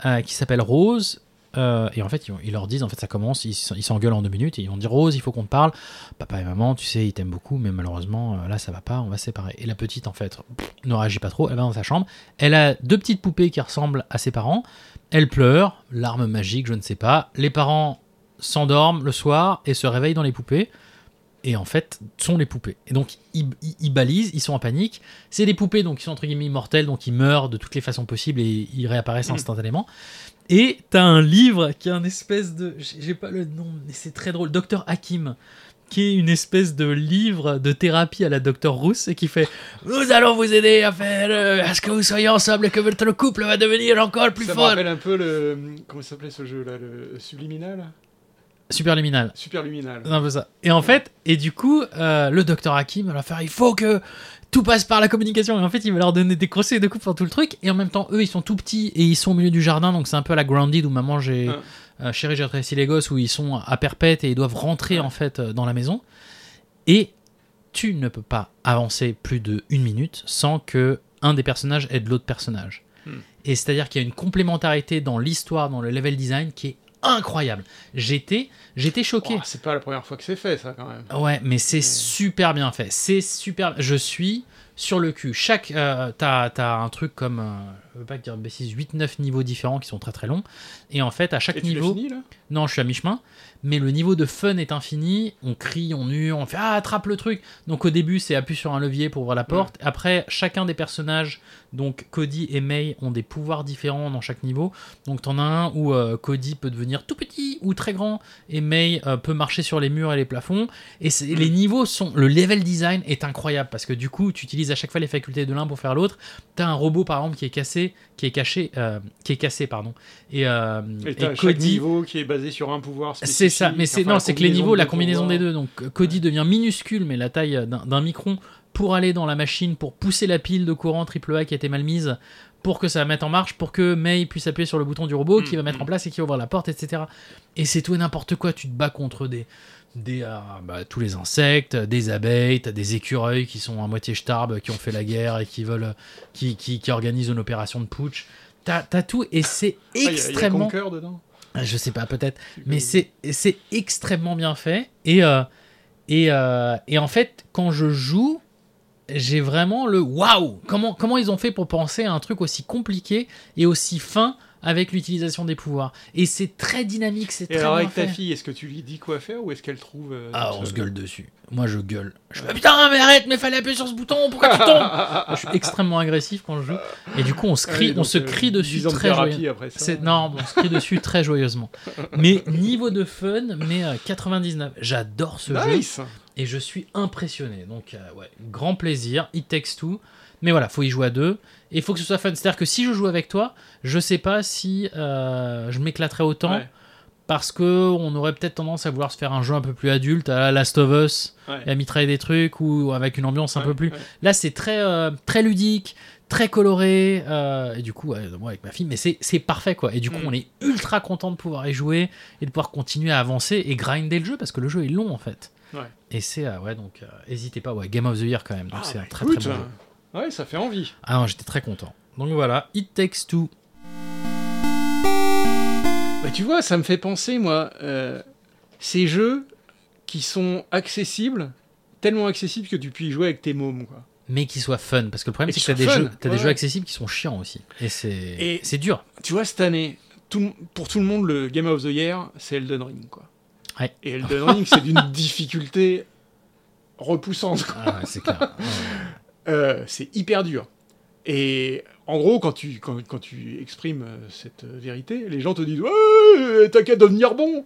euh, qui s'appelle Rose. Euh, et en fait, ils, vont- ils leur disent, en fait, ça commence, ils s- ils s'engueulent en deux minutes et ils vont dire Rose, il faut qu'on te parle. Papa et maman, tu sais, ils t'aiment beaucoup, mais malheureusement, euh, là, ça va pas, on va se séparer. Et la petite, en fait, pff, ne réagit pas trop, elle va dans sa chambre. Elle a deux petites poupées qui ressemblent à ses parents. Elle pleure, larmes magiques, je ne sais pas. Les parents s'endorment le soir et se réveillent dans les poupées. Et en fait, sont les poupées. Et donc, ils, ils- ils balisent, ils sont en panique. C'est des poupées, donc, qui sont entre guillemets immortelles, donc ils meurent de toutes les façons possibles et ils Mm. réapparaissent instantanément. Et t'as un livre qui est un espèce de. J'ai j'ai pas le nom, mais c'est très drôle. Docteur Hakim, qui est une espèce de livre de thérapie à la Docteur Rousse et qui fait Nous allons vous aider à faire. euh, à ce que vous soyez ensemble et que votre couple va devenir encore plus ça me fort. rappelle un peu le. Comment ça s'appelait ce jeu-là Le subliminal Superliminal. Superluminal. C'est un peu ça. Et en fait, et du coup, euh, le docteur Hakim va leur faire il faut que tout passe par la communication. Et en fait, il va leur donner des conseils de couple pour tout le truc. Et en même temps, eux, ils sont tout petits et ils sont au milieu du jardin. Donc, c'est un peu à la grounded où maman, j'ai. Hein. euh, chérie, j'ai rétréci les gosses où ils sont à perpète et ils doivent rentrer en fait euh, dans la maison. Et tu ne peux pas avancer plus de une minute sans que un des personnages aide l'autre personnage. Et c'est-à-dire qu'il y a une complémentarité dans l'histoire, dans le level design qui est incroyable. J'étais, j'étais choqué. Oh, c'est pas la première fois que c'est fait ça quand même. Ouais, mais c'est super bien fait. C'est super. Je suis sur le cul. Chaque. euh, t'as, t'as un truc comme. euh, je veux pas te dire de bêtises, 8-9 niveaux différents qui sont très très longs. Et en fait, à chaque Et tu l'as niveau. fini là Non, je suis à mi-chemin. Mais le niveau de fun est infini. On crie, on hurle, on fait Ah, attrape le truc. Donc au début, c'est appuie sur un levier pour ouvrir la porte. Après, chacun des personnages, donc Cody et May, ont des pouvoirs différents dans chaque niveau. Donc t'en as un où euh, Cody peut devenir tout petit ou très grand. Et May euh, peut marcher sur les murs et les plafonds. Et c'est- les niveaux sont. Le level design est incroyable parce que du coup, tu utilises à chaque fois les facultés de l'un pour faire l'autre. T'as un robot par exemple qui est cassé, qui est caché, euh, qui est cassé, pardon. Et, euh, Et t'as et chaque Cody. niveau qui est basé sur un pouvoir C'est spécifique. ça, mais c'est enfin, non, la c'est que les niveaux, la combinaison des pouvoirs. deux. Ah, Donc euh, Cody devient minuscule, mais la taille euh, d'un d'un micron pour aller dans la machine, pour pousser la pile de courant AAA qui a été mal mise, pour que ça mette en marche, pour que May puisse appuyer sur le bouton du robot Mm, qui va mettre en place et qui va ouvrir la porte, etc. Et c'est tout et n'importe quoi. Tu te bats contre des des euh, bah, tous les insectes, des abeilles, t'as des écureuils qui sont à moitié starbes, qui ont fait la guerre et qui veulent, qui, qui, qui organisent une opération de putsch. T'as t'as tout et c'est Ah, y a- y a extrêmement Conquer dedans. ah, Je sais pas, peut-être. Mais Euh, c'est c'est extrêmement bien fait. Et, euh, et, euh, et en fait, quand je joue, j'ai vraiment le waouh comment, comment ils ont fait pour penser à un truc aussi compliqué et aussi fin avec l'utilisation des pouvoirs Et c'est très dynamique, c'est Et très alors bien avec fait. ta fille, est-ce que tu lui dis quoi faire ou est-ce qu'elle trouve euh, Ah, on toute se seule gueule dessus. Moi, je gueule. Je fais, putain, mais arrête, mais fallait appuyer sur ce bouton, pourquoi tu tombes Je suis extrêmement agressif quand je joue. Et du coup, on se Ah oui, crie, on donc, se euh, crie 10 dessus ans de très thérapie joyeux. après ça. C'est non, on se crie dessus très joyeusement. Mais niveau de fun, mais euh, 99. J'adore ce jeu Nice. et je suis impressionné. Donc euh, ouais, grand plaisir, It Takes Two. Mais voilà, faut y jouer à deux et il faut que ce soit fun. C'est-à-dire que si je joue avec toi, je sais pas si euh, je m'éclaterais autant. Ouais. Parce que on aurait peut-être tendance à vouloir se faire un jeu un peu plus adulte, à la Last of Us, Ouais. et à mitrailler des trucs ou avec une ambiance un Ouais, peu plus. ouais. Là, c'est très euh, très ludique, très coloré. euh, et du coup, ouais, moi, avec ma fille, mais c'est c'est parfait, quoi. Et du coup, Mm. on est ultra content de pouvoir y jouer et de pouvoir continuer à avancer et grinder le jeu parce que le jeu est long, en fait. Ouais. Et c'est, euh, ouais, donc, n'hésitez pas, ouais, Game of the Year quand même. Donc, Ah, Oh, c'est bah, un très écoute, très bon jeu. euh, Ouais, ça fait envie. Ah non, j'étais très content. Donc voilà, It Takes Two. Bah, tu vois, ça me fait penser, moi, euh, ces jeux qui sont accessibles, tellement accessibles que tu peux y jouer avec tes mômes, quoi. Mais qui soit fun, parce que le problème Et c'est que t'as des, qui soit jeux, fun, t'as ouais, des jeux ouais. accessibles qui sont chiants aussi. Et c'est, Et- c'est dur. Tu vois, cette année, tout le- pour tout le monde, le Game of the Year, c'est Elden Ring, quoi. Ouais. Et Elden Ring, c'est d'une difficulté repoussante. quoi. Ah, ouais, c'est clair. Ouais. Euh, c'est hyper dur. Et en gros, quand tu, quand, quand tu exprimes euh, cette euh, vérité, les gens te disent Ouais, euh, t'as qu'à devenir bon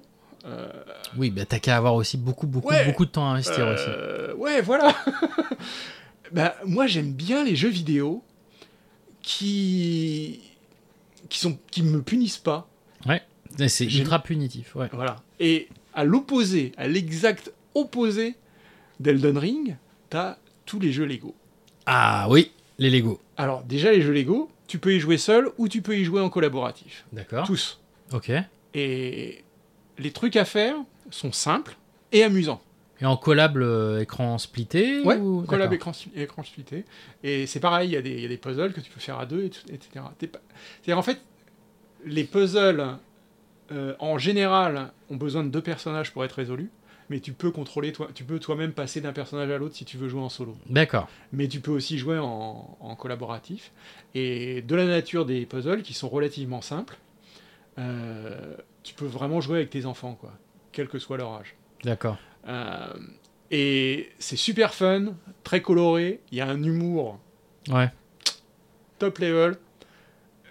Oui, bah, t'as qu'à avoir aussi beaucoup, beaucoup, Ouais. beaucoup de temps à investir aussi. Euh, Ouais, voilà. bah, moi, j'aime bien les jeux vidéo qui qui sont qui me punissent pas. Mais C'est j'aime- ultra punitif, ouais. Voilà. Et à l'opposé, à l'exact opposé d'Elden Ring, t'as tous les jeux Lego. Ah oui, les Lego. Alors déjà les jeux Lego, tu peux y jouer seul ou tu peux y jouer en collaboratif. D'accord. Tous. Ok. Et les trucs à faire sont simples et amusants. Et en collab euh, écran splitté Ouais, ou... collab D'accord. écran, écran splitté. Et c'est pareil, il y, a des- il y a des puzzles que tu peux faire à deux, et tout- etc. T'es pas- C'est-à-dire, en fait, les puzzles, euh, en général, ont besoin de deux personnages pour être résolus, mais tu peux contrôler, toi, tu peux toi-même passer d'un personnage à l'autre si tu veux jouer en solo. D'accord. Mais tu peux aussi jouer en, en collaboratif. Et de la nature des puzzles, qui sont relativement simples, euh, tu peux vraiment jouer avec tes enfants, quoi, quel que soit leur âge. D'accord. Euh, et c'est super fun, très coloré, il y a un humour Ouais. top level.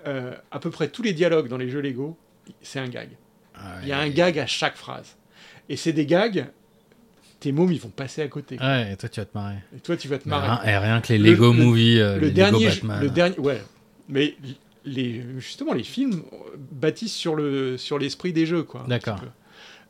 Euh, à peu près tous les dialogues dans les jeux Lego, c'est un gag. Ah, Il y a un gag à chaque phrase. Et c'est des gags, tes mômes, ils vont passer à côté. Ouais, et toi tu vas te marrer. Et toi, tu vas te Mais marrer. Rien, et rien que les Le- Lego le- Movie, euh, le les dernier, Lego jeu- Batman. le dernier, ouais. Mais les, justement, les films bâtissent sur le sur l'esprit des jeux, quoi. un petit D'accord. peu.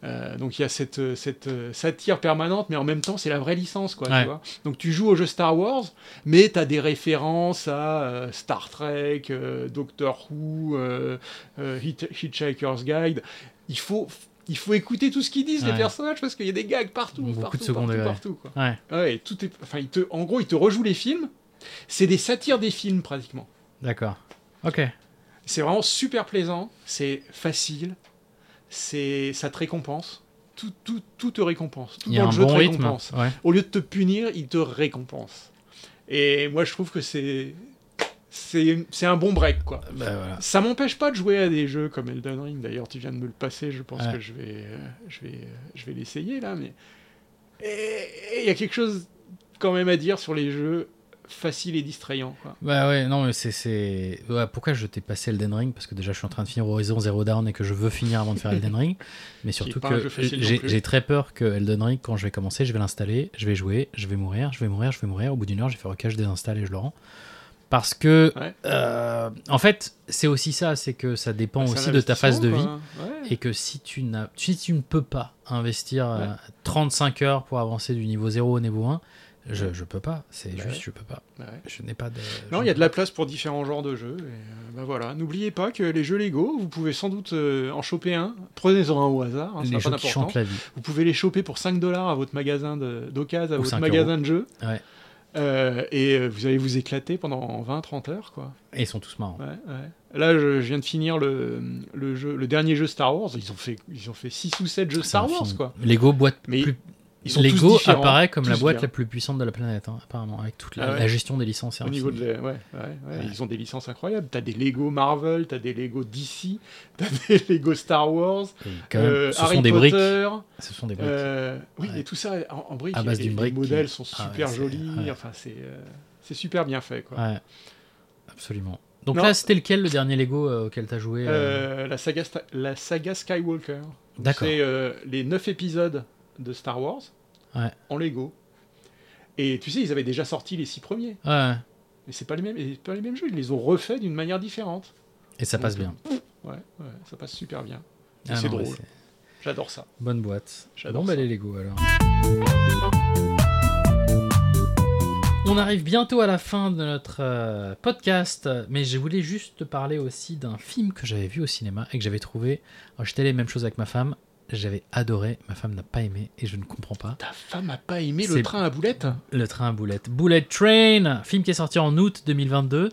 Euh, donc il y a cette, cette euh, satire permanente, mais en même temps c'est la vraie licence, quoi. tu Ouais. vois. donc tu joues au jeu Star Wars, mais t'as des références à euh, Star Trek, euh, Doctor Who, euh, euh, Hit- Hitchhiker's Guide. Il faut il faut écouter tout ce qu'ils disent Ouais. les personnages parce qu'il y a des gags partout, Beaucoup de partout, second partout, degré. partout, quoi. Ouais, Ah Ouais, et tout est, enfin, il te, en gros, il te rejoue les films. C'est des satires des films pratiquement. d'accord. Ok. C'est vraiment super plaisant. C'est facile. C'est, ça te récompense. Tout, tout, tout te récompense. Tout Il y a dans un le jeu bon te rythme. récompense. Ouais. Au lieu de te punir, il te récompense. Et moi, je trouve que c'est, c'est, c'est un bon break, quoi. Bah, voilà. Ça m'empêche pas de jouer à des jeux comme Elden Ring. D'ailleurs, tu viens de me le passer. Je pense Ouais. que je vais, euh, je vais, euh, je vais l'essayer là. Mais Et- et il y a quelque chose quand même à dire sur les jeux faciles et distrayants. Quoi. Bah ouais, non, mais c'est. c'est- ouais, pourquoi je t'ai passé Elden Ring Parce que déjà, je suis en train de finir Horizon Zero Dawn et que je veux finir avant de faire Elden Ring. Mais est surtout pas un que jeu facile non j'ai plus. j'ai très peur que Elden Ring, quand je vais commencer, je vais l'installer, je vais jouer, je vais mourir, je vais mourir, je vais mourir. Au bout d'une heure, je vais faire OK, je désinstalle et je le rends. Parce que. Ouais. euh, en fait, c'est aussi ça, c'est que ça dépend Bah, C'est un aussi de ta phase de vie. investissement, quoi. Ouais. Et que si tu, n'as- si tu ne peux pas investir euh, Ouais. 35 heures pour avancer du niveau 0 au niveau 1, je, je peux pas. C'est Bah Ouais. juste, je peux pas. Ouais. Je n'ai pas de. Non, je- il y a de la place pour différents genres de jeux. et, euh, bah voilà. N'oubliez pas que les jeux Lego, vous pouvez sans doute euh, en choper un. Prenez-en un au hasard, hein, ça les n'a pas gens qui chantent d'importance. la vie. Vous pouvez les choper pour 5 dollars à votre magasin de- d'occasion, à Ou 5 votre magasin de jeux. Ouais. Euh, et euh, vous allez vous éclater pendant 20-30 heures. quoi. Et ils sont tous marrants. Ouais, ouais. Là, je, je viens de finir le, le, jeu, le dernier jeu Star Wars. Ils ont fait, ils ont fait 6 ou 7 jeux Euh, Star C'est Wars, infini. quoi. Lego boîte Mais plus- Ils sont tous Lego différents, apparaît comme la tous boîte la différents. plus puissante de la planète, hein, apparemment, avec toute la, Ah ouais. la gestion des licences. et Au niveau de infini. la- ouais, ouais, ouais, Ils ont des licences incroyables. T'as des Lego Marvel, t'as des Lego DC, t'as des Lego Star Wars, Et quand même, euh, ce, Harry sont des briques, Potter. ce sont des briques. euh, oui, Ouais. et tout ça en, en briques. À base et- et d'une les brique qui- modèles sont Ah ouais, super c'est- jolis. ouais. Enfin, c'est euh, c'est super bien fait. Quoi. Ouais. Absolument. Donc Non. là, c'était lequel le dernier Lego euh, auquel tu as joué euh, Euh, la, saga Sta- la saga Skywalker. D'accord. C'est euh, les 9 épisodes de Star Wars Ouais. en Lego. Et tu sais, ils avaient déjà sorti les six premiers. Ouais. Mais c'est pas les mêmes, et pas les mêmes jeux. Ils les ont refaits d'une manière différente. Et ça passe bien. Ouais, ouais, ça passe super bien. Et Ah c'est non, bah, drôle. J'adore ça. Bonne boîte. J'adore Bon, bah, ça. les Lego alors. On on arrive bientôt à la fin de notre euh, podcast, mais je voulais juste te parler aussi d'un film que j'avais vu au cinéma et que j'avais trouvé. Oh, alors, J'étais les mêmes choses avec ma femme, j'avais adoré, ma femme n'a pas aimé et je ne comprends pas. Ta femme a pas aimé C'est- le train à boulettes Le train à boulettes. Bullet Train, film qui est sorti en août 2022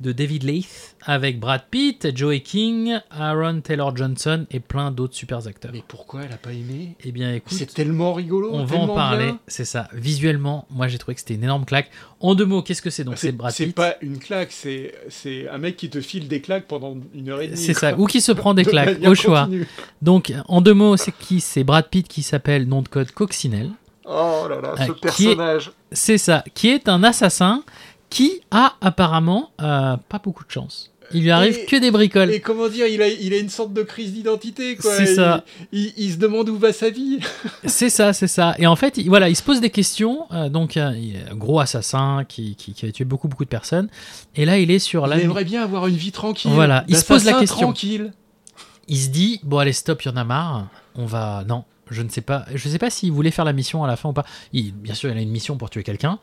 de David Leith avec Brad Pitt, Joey King, Aaron Taylor Johnson et plein d'autres super acteurs. Mais pourquoi elle a pas aimé Eh bien écoute, C'est tellement rigolo. on va en Oh, tellement parler, bien. c'est ça. Visuellement, moi j'ai trouvé que c'était une énorme claque. En deux mots, qu'est-ce que c'est donc C'est C'est Brad c'est Pitt. pas une claque, c'est c'est un mec qui te file des claques pendant une heure et demie. C'est ça, quoi. ou qui se prend des De claques, manière au choix. continue. Donc, en deux mots, c'est qui C'est Brad Pitt qui s'appelle, nom de code, Coccinelle. Oh là là, ce Euh, qui est- personnage. C'est ça, qui est un assassin qui a apparemment euh, pas beaucoup de chance. Il lui arrive Et- que des bricoles. Et comment dire, il a, il a une sorte de crise d'identité, quoi. C'est Il- ça. Il, il se demande où va sa vie. C'est ça, c'est ça. Et en fait, il, voilà, il se pose des questions. euh, donc, euh, il est un gros assassin qui, qui, qui a tué beaucoup, beaucoup de personnes. Et là, il est sur la. il aimerait bien avoir une vie tranquille. Voilà, il se pose la d'assassin question. Tranquille. Il se dit bon, allez, stop, il y en a marre. On va. Non, je ne sais pas. Je sais pas s'il voulait faire la mission à la fin ou pas. Il- bien sûr, il a une mission pour tuer quelqu'un.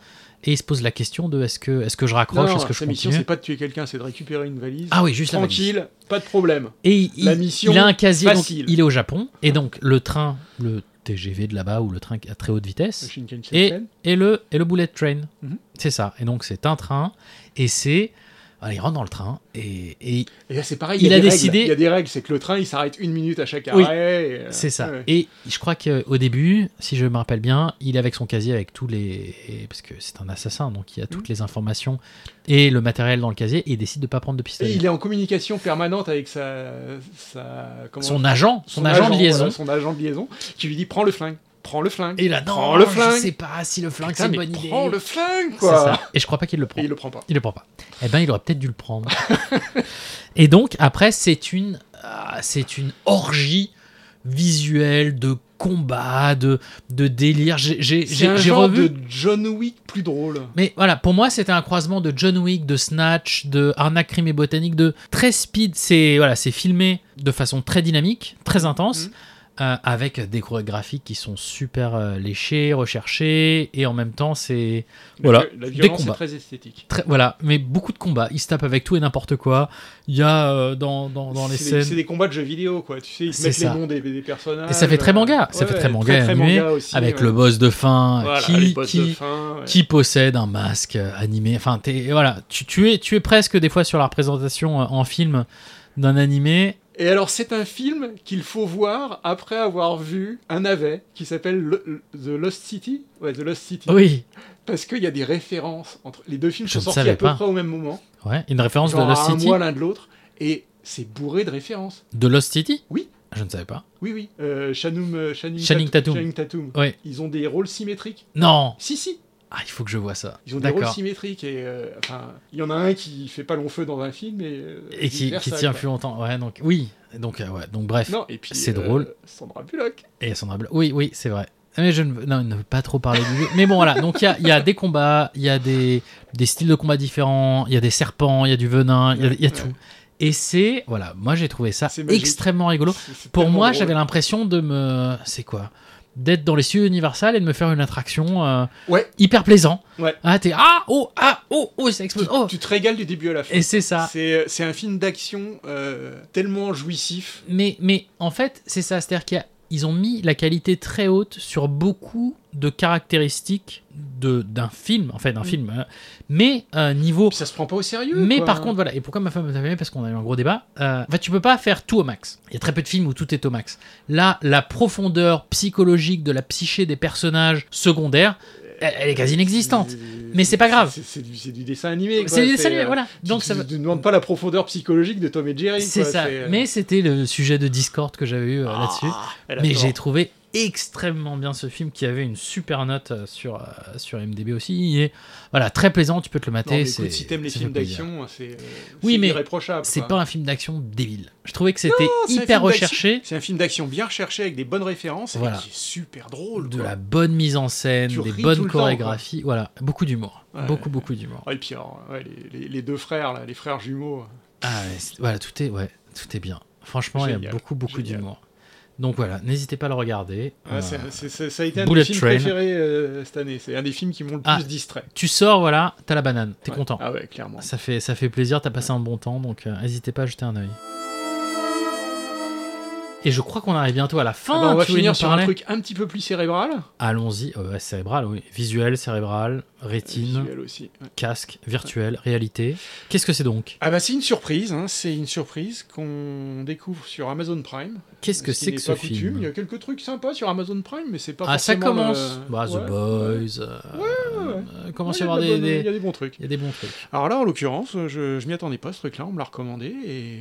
Et il se pose la question de est-ce que, est-ce que je raccroche, Non, est-ce que je sa mission, continue c'est pas de tuer quelqu'un, c'est de récupérer une valise. Ah oui, juste la valise. tranquille, pas de problème. Et il, La mission il a un casier, donc facile. il est au Japon. Et donc, le train, le TGV de là-bas ou le train à très haute Le vitesse et, Shinkansen. et, le, et le bullet train. Mhm. C'est ça. Et donc, c'est un train et c'est. ah, il rentre dans le train et, et Et là, c'est pareil. il y a des décidé- règles. Il y a des règles, c'est que le train, il s'arrête une minute à chaque Oui, arrêt. et, euh, c'est ça. ouais. Et je crois qu'au début, si je me rappelle bien, il est avec son casier avec tous les. et- Parce que c'est un assassin, donc il a Mm. toutes les informations et le matériel dans le casier et il décide de pas prendre de Et pistolet. il est en communication permanente avec sa, sa comment- Son agent, son, agent, de liaison. voilà, son agent de liaison, qui lui dit prends le flingue, prends le flingue. Et là, prends non, le je flingue. sais pas si le flingue c'est Putain, une mais bonne idée. prends le flingue, C'est quoi. ça. Et je crois pas qu'il le prend. Et il le prend pas. Il le prend pas. Eh ben, il aurait peut-être dû le prendre. et donc, après, c'est une, ah, c'est une orgie visuelle de combat, de, de délire. J'ai- J'ai C'est un j'ai- j'ai genre revu. de John Wick plus drôle. Mais voilà, pour moi, c'était un croisement de John Wick, de Snatch, de Arnaque Crime et Botanique, de très speed. C'est voilà, c'est filmé de façon très dynamique, très intense. Mhm. euh, avec des chorégraphies qui sont super euh, léchées, recherchées, et en même temps, c'est. Voilà, La, la des violence combats. est très esthétique. Très- voilà, mais beaucoup de combats. Il se tape avec tout et n'importe quoi. Il y a euh, dans, dans, dans les C'est des- scènes. C'est des combats de jeux vidéo, quoi. Tu sais, ils te C'est mettent ça. les noms des, des personnages. Et ça fait très euh, manga. ça ouais, fait ouais, très manga très animé. manga aussi, avec ouais. le boss de fin Voilà, qui, les boss qui, de fin, ouais. qui possède un masque euh, animé. Enfin, t'es- voilà, tu, tu, es, tu es presque des fois sur la représentation euh, en film d'un animé. Et alors, c'est un film qu'il faut voir après avoir vu un navet qui s'appelle Le- Le- The Lost City. Ouais, The Lost City. Oui. Parce qu'il y a des références entre les deux films Je sont ne sortis savais à peu pas. près au même moment, Ouais, une référence genre de Lost à un City. mois l'un de l'autre, et c'est bourré de références. De Lost City Oui. Je ne savais pas. Oui, oui. Euh, Shanum, euh, Channing, Channing Tatum. Tatum. Channing Tatum. Ouais. Ils ont des rôles symétriques. Non. Si, si. Ah, il faut que je vois ça. Ils ont des rôles D'accord. symétriques et euh, enfin, il y en a un qui fait pas long feu dans un film et euh, Et qui, qui vice-versa, tient quoi. plus longtemps. Ouais, donc oui. Donc, euh, ouais, donc bref. Non, et puis C'est euh, drôle. Sandra Bullock. Et Sandra Bullock. Oui, oui, c'est vrai. Mais je ne veux, non, ne veux pas trop parler du jeu. Mais bon, voilà. Donc, il y a, il y a des combats, il y a des, des styles de combats différents, il y a des serpents, il y a du venin, il y a, il y a tout. Et c'est. Voilà, moi j'ai trouvé ça C'est magique. extrêmement rigolo. C'est- c'est Pour tellement moi, drôle. j'avais l'impression de me. C'est quoi D'être dans les studios Universal et de me faire une attraction euh, Ouais. hyper plaisant. Ouais. Ah, t'es. Ah, oh, ah, oh, oh, ça explose. Oh. Tu te régales du début à la fin. Et c'est ça. C'est euh, c'est un film d'action euh, tellement jouissif. Mais, mais en fait, c'est ça, c'est-à-dire qu'il y a- ils ont mis la qualité très haute sur beaucoup de caractéristiques de d'un film, en fait, Mm. d'un film, euh, mais euh, niveau. Puis ça se prend pas au sérieux. Mais quoi. par contre, voilà, et pourquoi ma femme m'a aimé Parce qu'on a eu un gros débat. Euh, en fait, tu peux pas faire tout au max. Il y a très peu de films où tout est au max. Là, la profondeur psychologique de la psyché des personnages secondaires, elle, elle est quasi inexistante. Mais c'est pas grave. C'est c'est du, c'est du dessin animé. quoi. C'est des dessins animés, euh, voilà. Donc tu, ça tu va- ne demandes pas la profondeur psychologique de Tom et Jerry. C'est quoi, ça. euh, Ah, Mais c'était le sujet de Discord que j'avais eu euh, là-dessus. elle Mais adore. j'ai trouvé extrêmement bien ce film qui avait une super note euh, sur, euh, sur MDB aussi. Il est voilà, très plaisant, tu peux te le Non, mais mater. écoute, c'est si t'aimes les ça films fait plaisir. d'action, c'est euh, Oui, c'est mais irréprochable. C'est quoi. pas un film d'action débile. Je trouvais que c'était Non, c'est un hyper film d'action- recherché, C'est un film d'action bien recherché avec des bonnes références Voilà. et qui est super drôle. de quoi. la bonne mise en scène, Oh, Tu des ris bonnes tout le temps, quoi. chorégraphies, voilà, beaucoup d'humour, Ouais. beaucoup beaucoup d'humour. Ouais, Oh, et puis alors, ouais, les, les- les deux frères, là, les frères jumeaux. Ah, ouais, c'est- voilà, tout est ouais, tout est bien. Franchement, il y a Génial, beaucoup beaucoup génial. d'humour. Donc voilà, n'hésitez pas à le regarder. Ah, Euh, c'est- c'est- c'est- ça a été un Bullet des films Train. préférés euh, cette année. C'est un des films qui m'ont le Ah, plus distrait. tu sors, voilà, t'as la banane, t'es Ouais. content. Ah ouais, clairement. Ça fait, ça fait plaisir, t'as passé un bon temps, donc euh, n'hésitez pas à jeter un œil. Et je crois qu'on arrive bientôt à la Ah fin. bah, on va tu voulais finir nous sur parler un truc un petit peu plus cérébral. Allons-y. Euh, ouais, cérébral, oui. Visuel, cérébral, rétine, Visuel aussi. ouais. casque, virtuel, réalité. Qu'est-ce que c'est donc Ah bah c'est une surprise, hein, c'est une surprise qu'on découvre sur Amazon Prime. Qu'est-ce que qui c'est n'est que ce pas coutume. Il y film a quelques trucs sympas sur Amazon Prime, mais c'est pas Ah, ça forcément commence. le- Bah, The Ouais. Boys. euh, ouais, ouais. euh, commence Ouais, à y avoir il y a des, de la bonne- des- Il y a des bons trucs. Il y a des bons trucs. Alors là, en l'occurrence, je, je m'y attendais pas, ce truc-là, on me l'a recommandé, et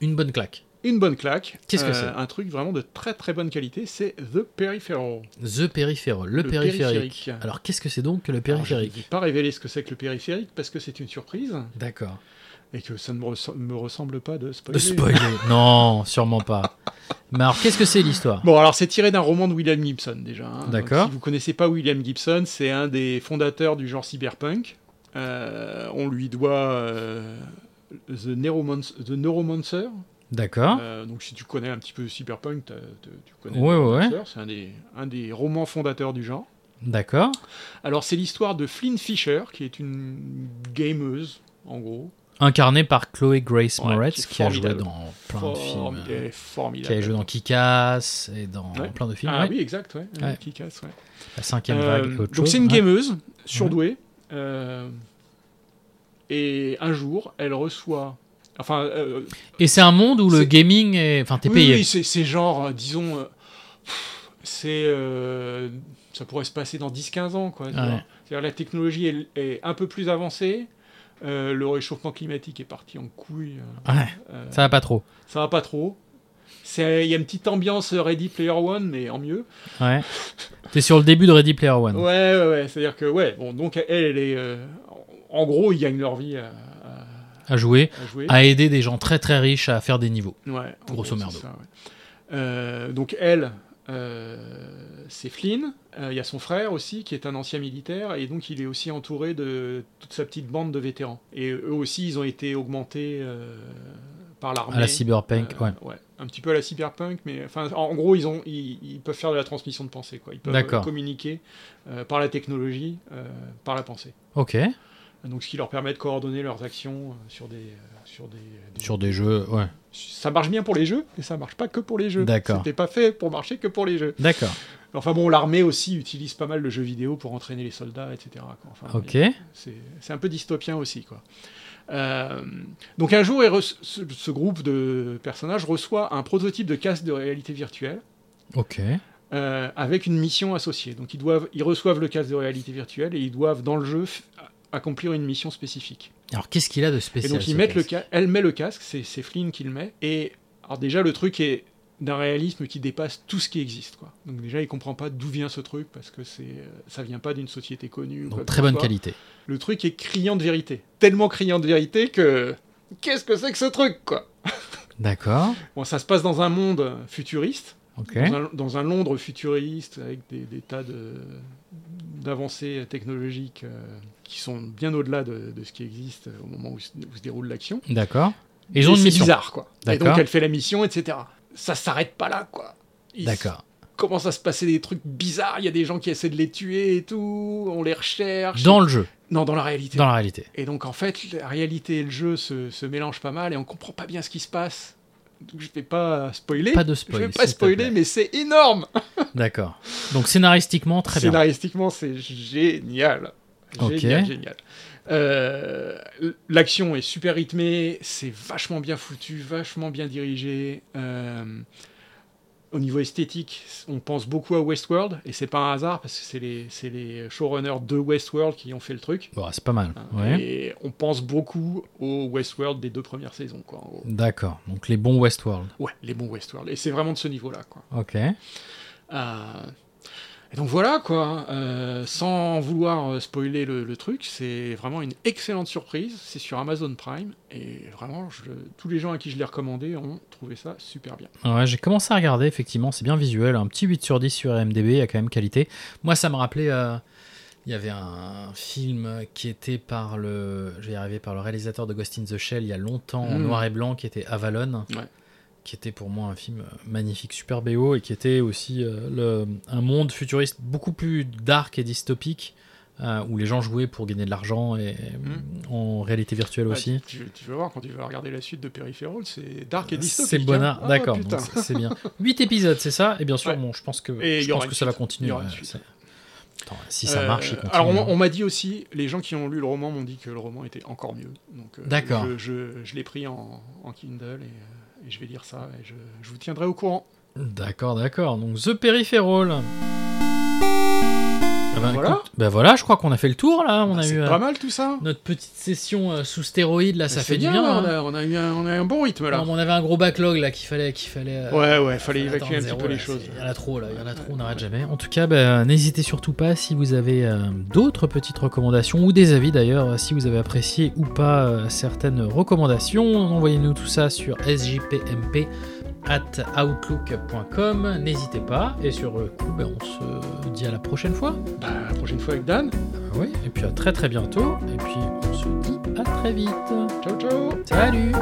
Une bonne claque. une bonne claque. Euh, Qu'est-ce que c'est Un truc vraiment de très très bonne qualité, c'est The Peripheral. The Peripheral, le, Le périphérique. périphérique. Alors qu'est-ce que c'est donc que le Alors, je ne vais périphérique pas révéler ce que c'est que le périphérique, parce que c'est une surprise, D'accord. et que ça ne me, res- me ressemble pas de spoiler. De spoiler Non, sûrement pas. Mais alors qu'est-ce que c'est l'histoire Bon, alors c'est tiré d'un roman de William Gibson déjà. hein. Donc, D'accord. Si vous connaissez pas William Gibson, c'est un des fondateurs du genre cyberpunk. Euh, on lui doit euh, The, Neuromancer, The Neuromancer. D'accord. Euh, donc si tu connais un petit peu cyberpunk, t'as- t'as- tu connais Ah. Ouais, The ouais, Neuromancer. C'est un des, un des romans fondateurs du genre. D'accord. Alors c'est l'histoire de Flynn Fisher, qui est une gameuse en gros. Incarné par Chloé Grace Ouais, Moretz qui est qui a joué formidable. dans plein de Formidable. films. hein. Elle est formidable. Qui a joué dans Kick-Ass et dans Ouais. plein de films. Ah ouais. oui, exact, ouais. Ouais. Qui casse, ouais. La cinquième Euh, vague. et autre donc chose, c'est une ouais. gameuse surdouée. euh, et un jour, elle reçoit. Enfin, euh, Et c'est un monde où le C'est- gaming est. Enfin, t'es oui, payé. oui, c'est c'est genre, euh, disons, euh, pff, c'est, euh, ça pourrait se passer dans 10-15 ans, quoi. tu Ouais. vois. C'est-à-dire la technologie est, est un peu plus avancée. euh, le réchauffement climatique est parti en couille. euh, Ouais, euh, ça va pas trop. ça va pas trop. C'est- Il y a une petite ambiance Ready Player One, mais en mieux. Ouais. T'es sur le début de Ready Player One. Ouais, ouais, ouais. C'est-à-dire que, ouais, bon, donc elle, elle est. euh, en gros, ils gagnent leur vie à, À jouer, à- à jouer. à aider des gens très très riches à faire des niveaux. Ouais, en Ah, grosso gros, merdo. c'est ça, ouais. Euh, donc elle, euh, c'est Flynn. Euh, Il y a son frère aussi, qui est un ancien militaire, et donc il est aussi entouré de toute sa petite bande de vétérans. Et eux aussi, ils ont été augmentés euh, par l'armée. À la cyberpunk, Euh, ouais. Un petit peu à la cyberpunk, mais enfin, en en gros, ils, ont, ils, ils peuvent faire de la transmission de pensée. Quoi. Ils peuvent euh, D'accord. communiquer euh, par la technologie, euh, par la pensée. Ok. Donc, ce qui leur permet de coordonner leurs actions euh, sur des, euh, sur des, des- Sur des jeux, ouais. Ça marche bien pour les jeux, mais ça marche pas que pour les jeux. D'accord. C'était pas fait pour marcher que pour les jeux. D'accord. Enfin bon, l'armée aussi utilise pas mal le jeu vidéo pour entraîner les soldats, etc. quoi. Enfin, Ok. c'est c'est un peu dystopien aussi, quoi. Euh, donc un jour, il reç- ce, ce groupe de personnages reçoit un prototype de casque de réalité virtuelle Ok. euh, avec une mission associée. Donc ils, doivent, ils reçoivent le casque de réalité virtuelle et ils doivent, dans le jeu, f- accomplir une mission spécifique. Alors qu'est-ce qu'il a de Et spécial donc ils ce mettent le casque ca- elle met le casque, c'est c'est Flynn qui le met, et alors déjà le truc est d'un réalisme qui dépasse tout ce qui existe. Quoi. Donc déjà il comprend pas d'où vient ce truc, parce que c'est euh, ça vient pas d'une société connue. ou quoi Donc que très ce bonne soit. qualité. Le truc est criant de vérité. Tellement criant de vérité que... Qu'est-ce que c'est que ce truc, quoi D'accord. Bon, ça se passe dans un monde euh, futuriste, Ok. dans, un, dans un Londres futuriste, avec des, des tas de- d'avancées technologiques euh, qui sont bien au-delà de, de ce qui existe au moment où se- où se déroule l'action. D'accord. Et Ils ont Et une c'est mission. bizarre, quoi. Et D'accord. donc elle fait la mission, etc. Ça s'arrête pas là, quoi. Il D'accord. commence à se passer des trucs bizarres. Il y a des gens qui essaient de les tuer et tout. On les recherche. Dans le jeu, Non, dans la réalité. dans la réalité. Et donc en fait, la réalité et le jeu se, se mélangent pas mal et on comprend pas bien ce qui se passe. Donc, je vais pas spoiler. Pas de Eh, je spoil. vais s'il pas te spoiler, plaît. mais c'est énorme. D'accord. Donc scénaristiquement, très bien. Scénaristiquement, c'est génial. Ok. Génial, génial. Euh, L'action est super rythmée, c'est vachement bien foutu, vachement bien dirigé. Euh, au niveau esthétique, on pense beaucoup à Westworld, et c'est pas un hasard, parce que c'est les, c'est les showrunners de Westworld qui ont fait le truc. Bon, c'est pas mal. hein. Ouais. Et on pense beaucoup au Westworld des deux premières saisons, quoi. en gros. D'accord. Donc les bons Westworld. Ouais, les bons Westworld. Et c'est vraiment de ce niveau-là, quoi. Ok. Euh, Et donc voilà, quoi. Euh, sans vouloir euh, spoiler le, le truc, c'est vraiment une excellente surprise. C'est sur Amazon Prime. Et vraiment, je- tous les gens à qui je l'ai recommandé ont trouvé ça super bien. Ouais, j'ai commencé à regarder, effectivement, c'est bien visuel, un petit 8 sur 10 sur IMDb, il y a quand même qualité. Moi, ça me rappelait, euh, il y avait un film qui était par le, je vais y arriver, par le réalisateur de Ghost in the Shell il y a longtemps, en Mhm. noir et blanc, qui était Avalon, Ouais. qui était pour moi un film euh, magnifique, super BO, et qui était aussi euh, le- un monde futuriste beaucoup plus dark et dystopique, euh, où les gens jouaient pour gagner de l'argent et Mhm. en réalité virtuelle Ah, aussi. tu, tu vas voir, quand tu vas regarder la suite de Peripheral, c'est dark et dystopique. C'est hein. bonnard, Ah, d'accord, putain. donc c'est c'est bien. 8 épisodes, c'est ça Et bien sûr, Ouais. bon, je pense que, Et il je y aura pense une que ça va suite. Il continuer. y aura ouais, une suite. c'est- Attends, si ça marche, il Euh, continue, alors on, hein. on m'a dit aussi, les gens qui ont lu le roman m'ont dit que le roman était encore mieux. Donc euh, D'accord. Je, je- je l'ai pris en, en Kindle et, euh, et je vais lire ça et je, je vous tiendrai au courant. D'accord, d'accord. Donc The Peripheral. Ah ben, Voilà. écoute, ben voilà, je crois qu'on a fait le tour là. On Ah, a c'est eu euh, pas mal tout ça. notre petite session euh, sous stéroïdes là, ça C'est fait du bien. là, hein. on, a, on a eu un, on a eu un bon rythme là. Non, mais on avait un gros backlog là qu'il fallait, qu'il fallait. euh, Ouais, ouais, fallait Attends, évacuer un petit zéro, peu les là, choses. c'est- Il y en a trop là, il y en a trop, on n'arrête jamais. En tout cas, ben, n'hésitez surtout pas si vous avez euh, d'autres petites recommandations ou des avis d'ailleurs, euh, si vous avez apprécié ou pas euh, certaines recommandations, envoyez-nous tout ça sur sjpmp outlook.com, n'hésitez pas. Et sur le coup, ben, on se dit à la prochaine fois. Bah, la prochaine fois avec Dan. oui. Et puis à très très bientôt. Et puis on se dit à très vite. Ciao, ciao. Salut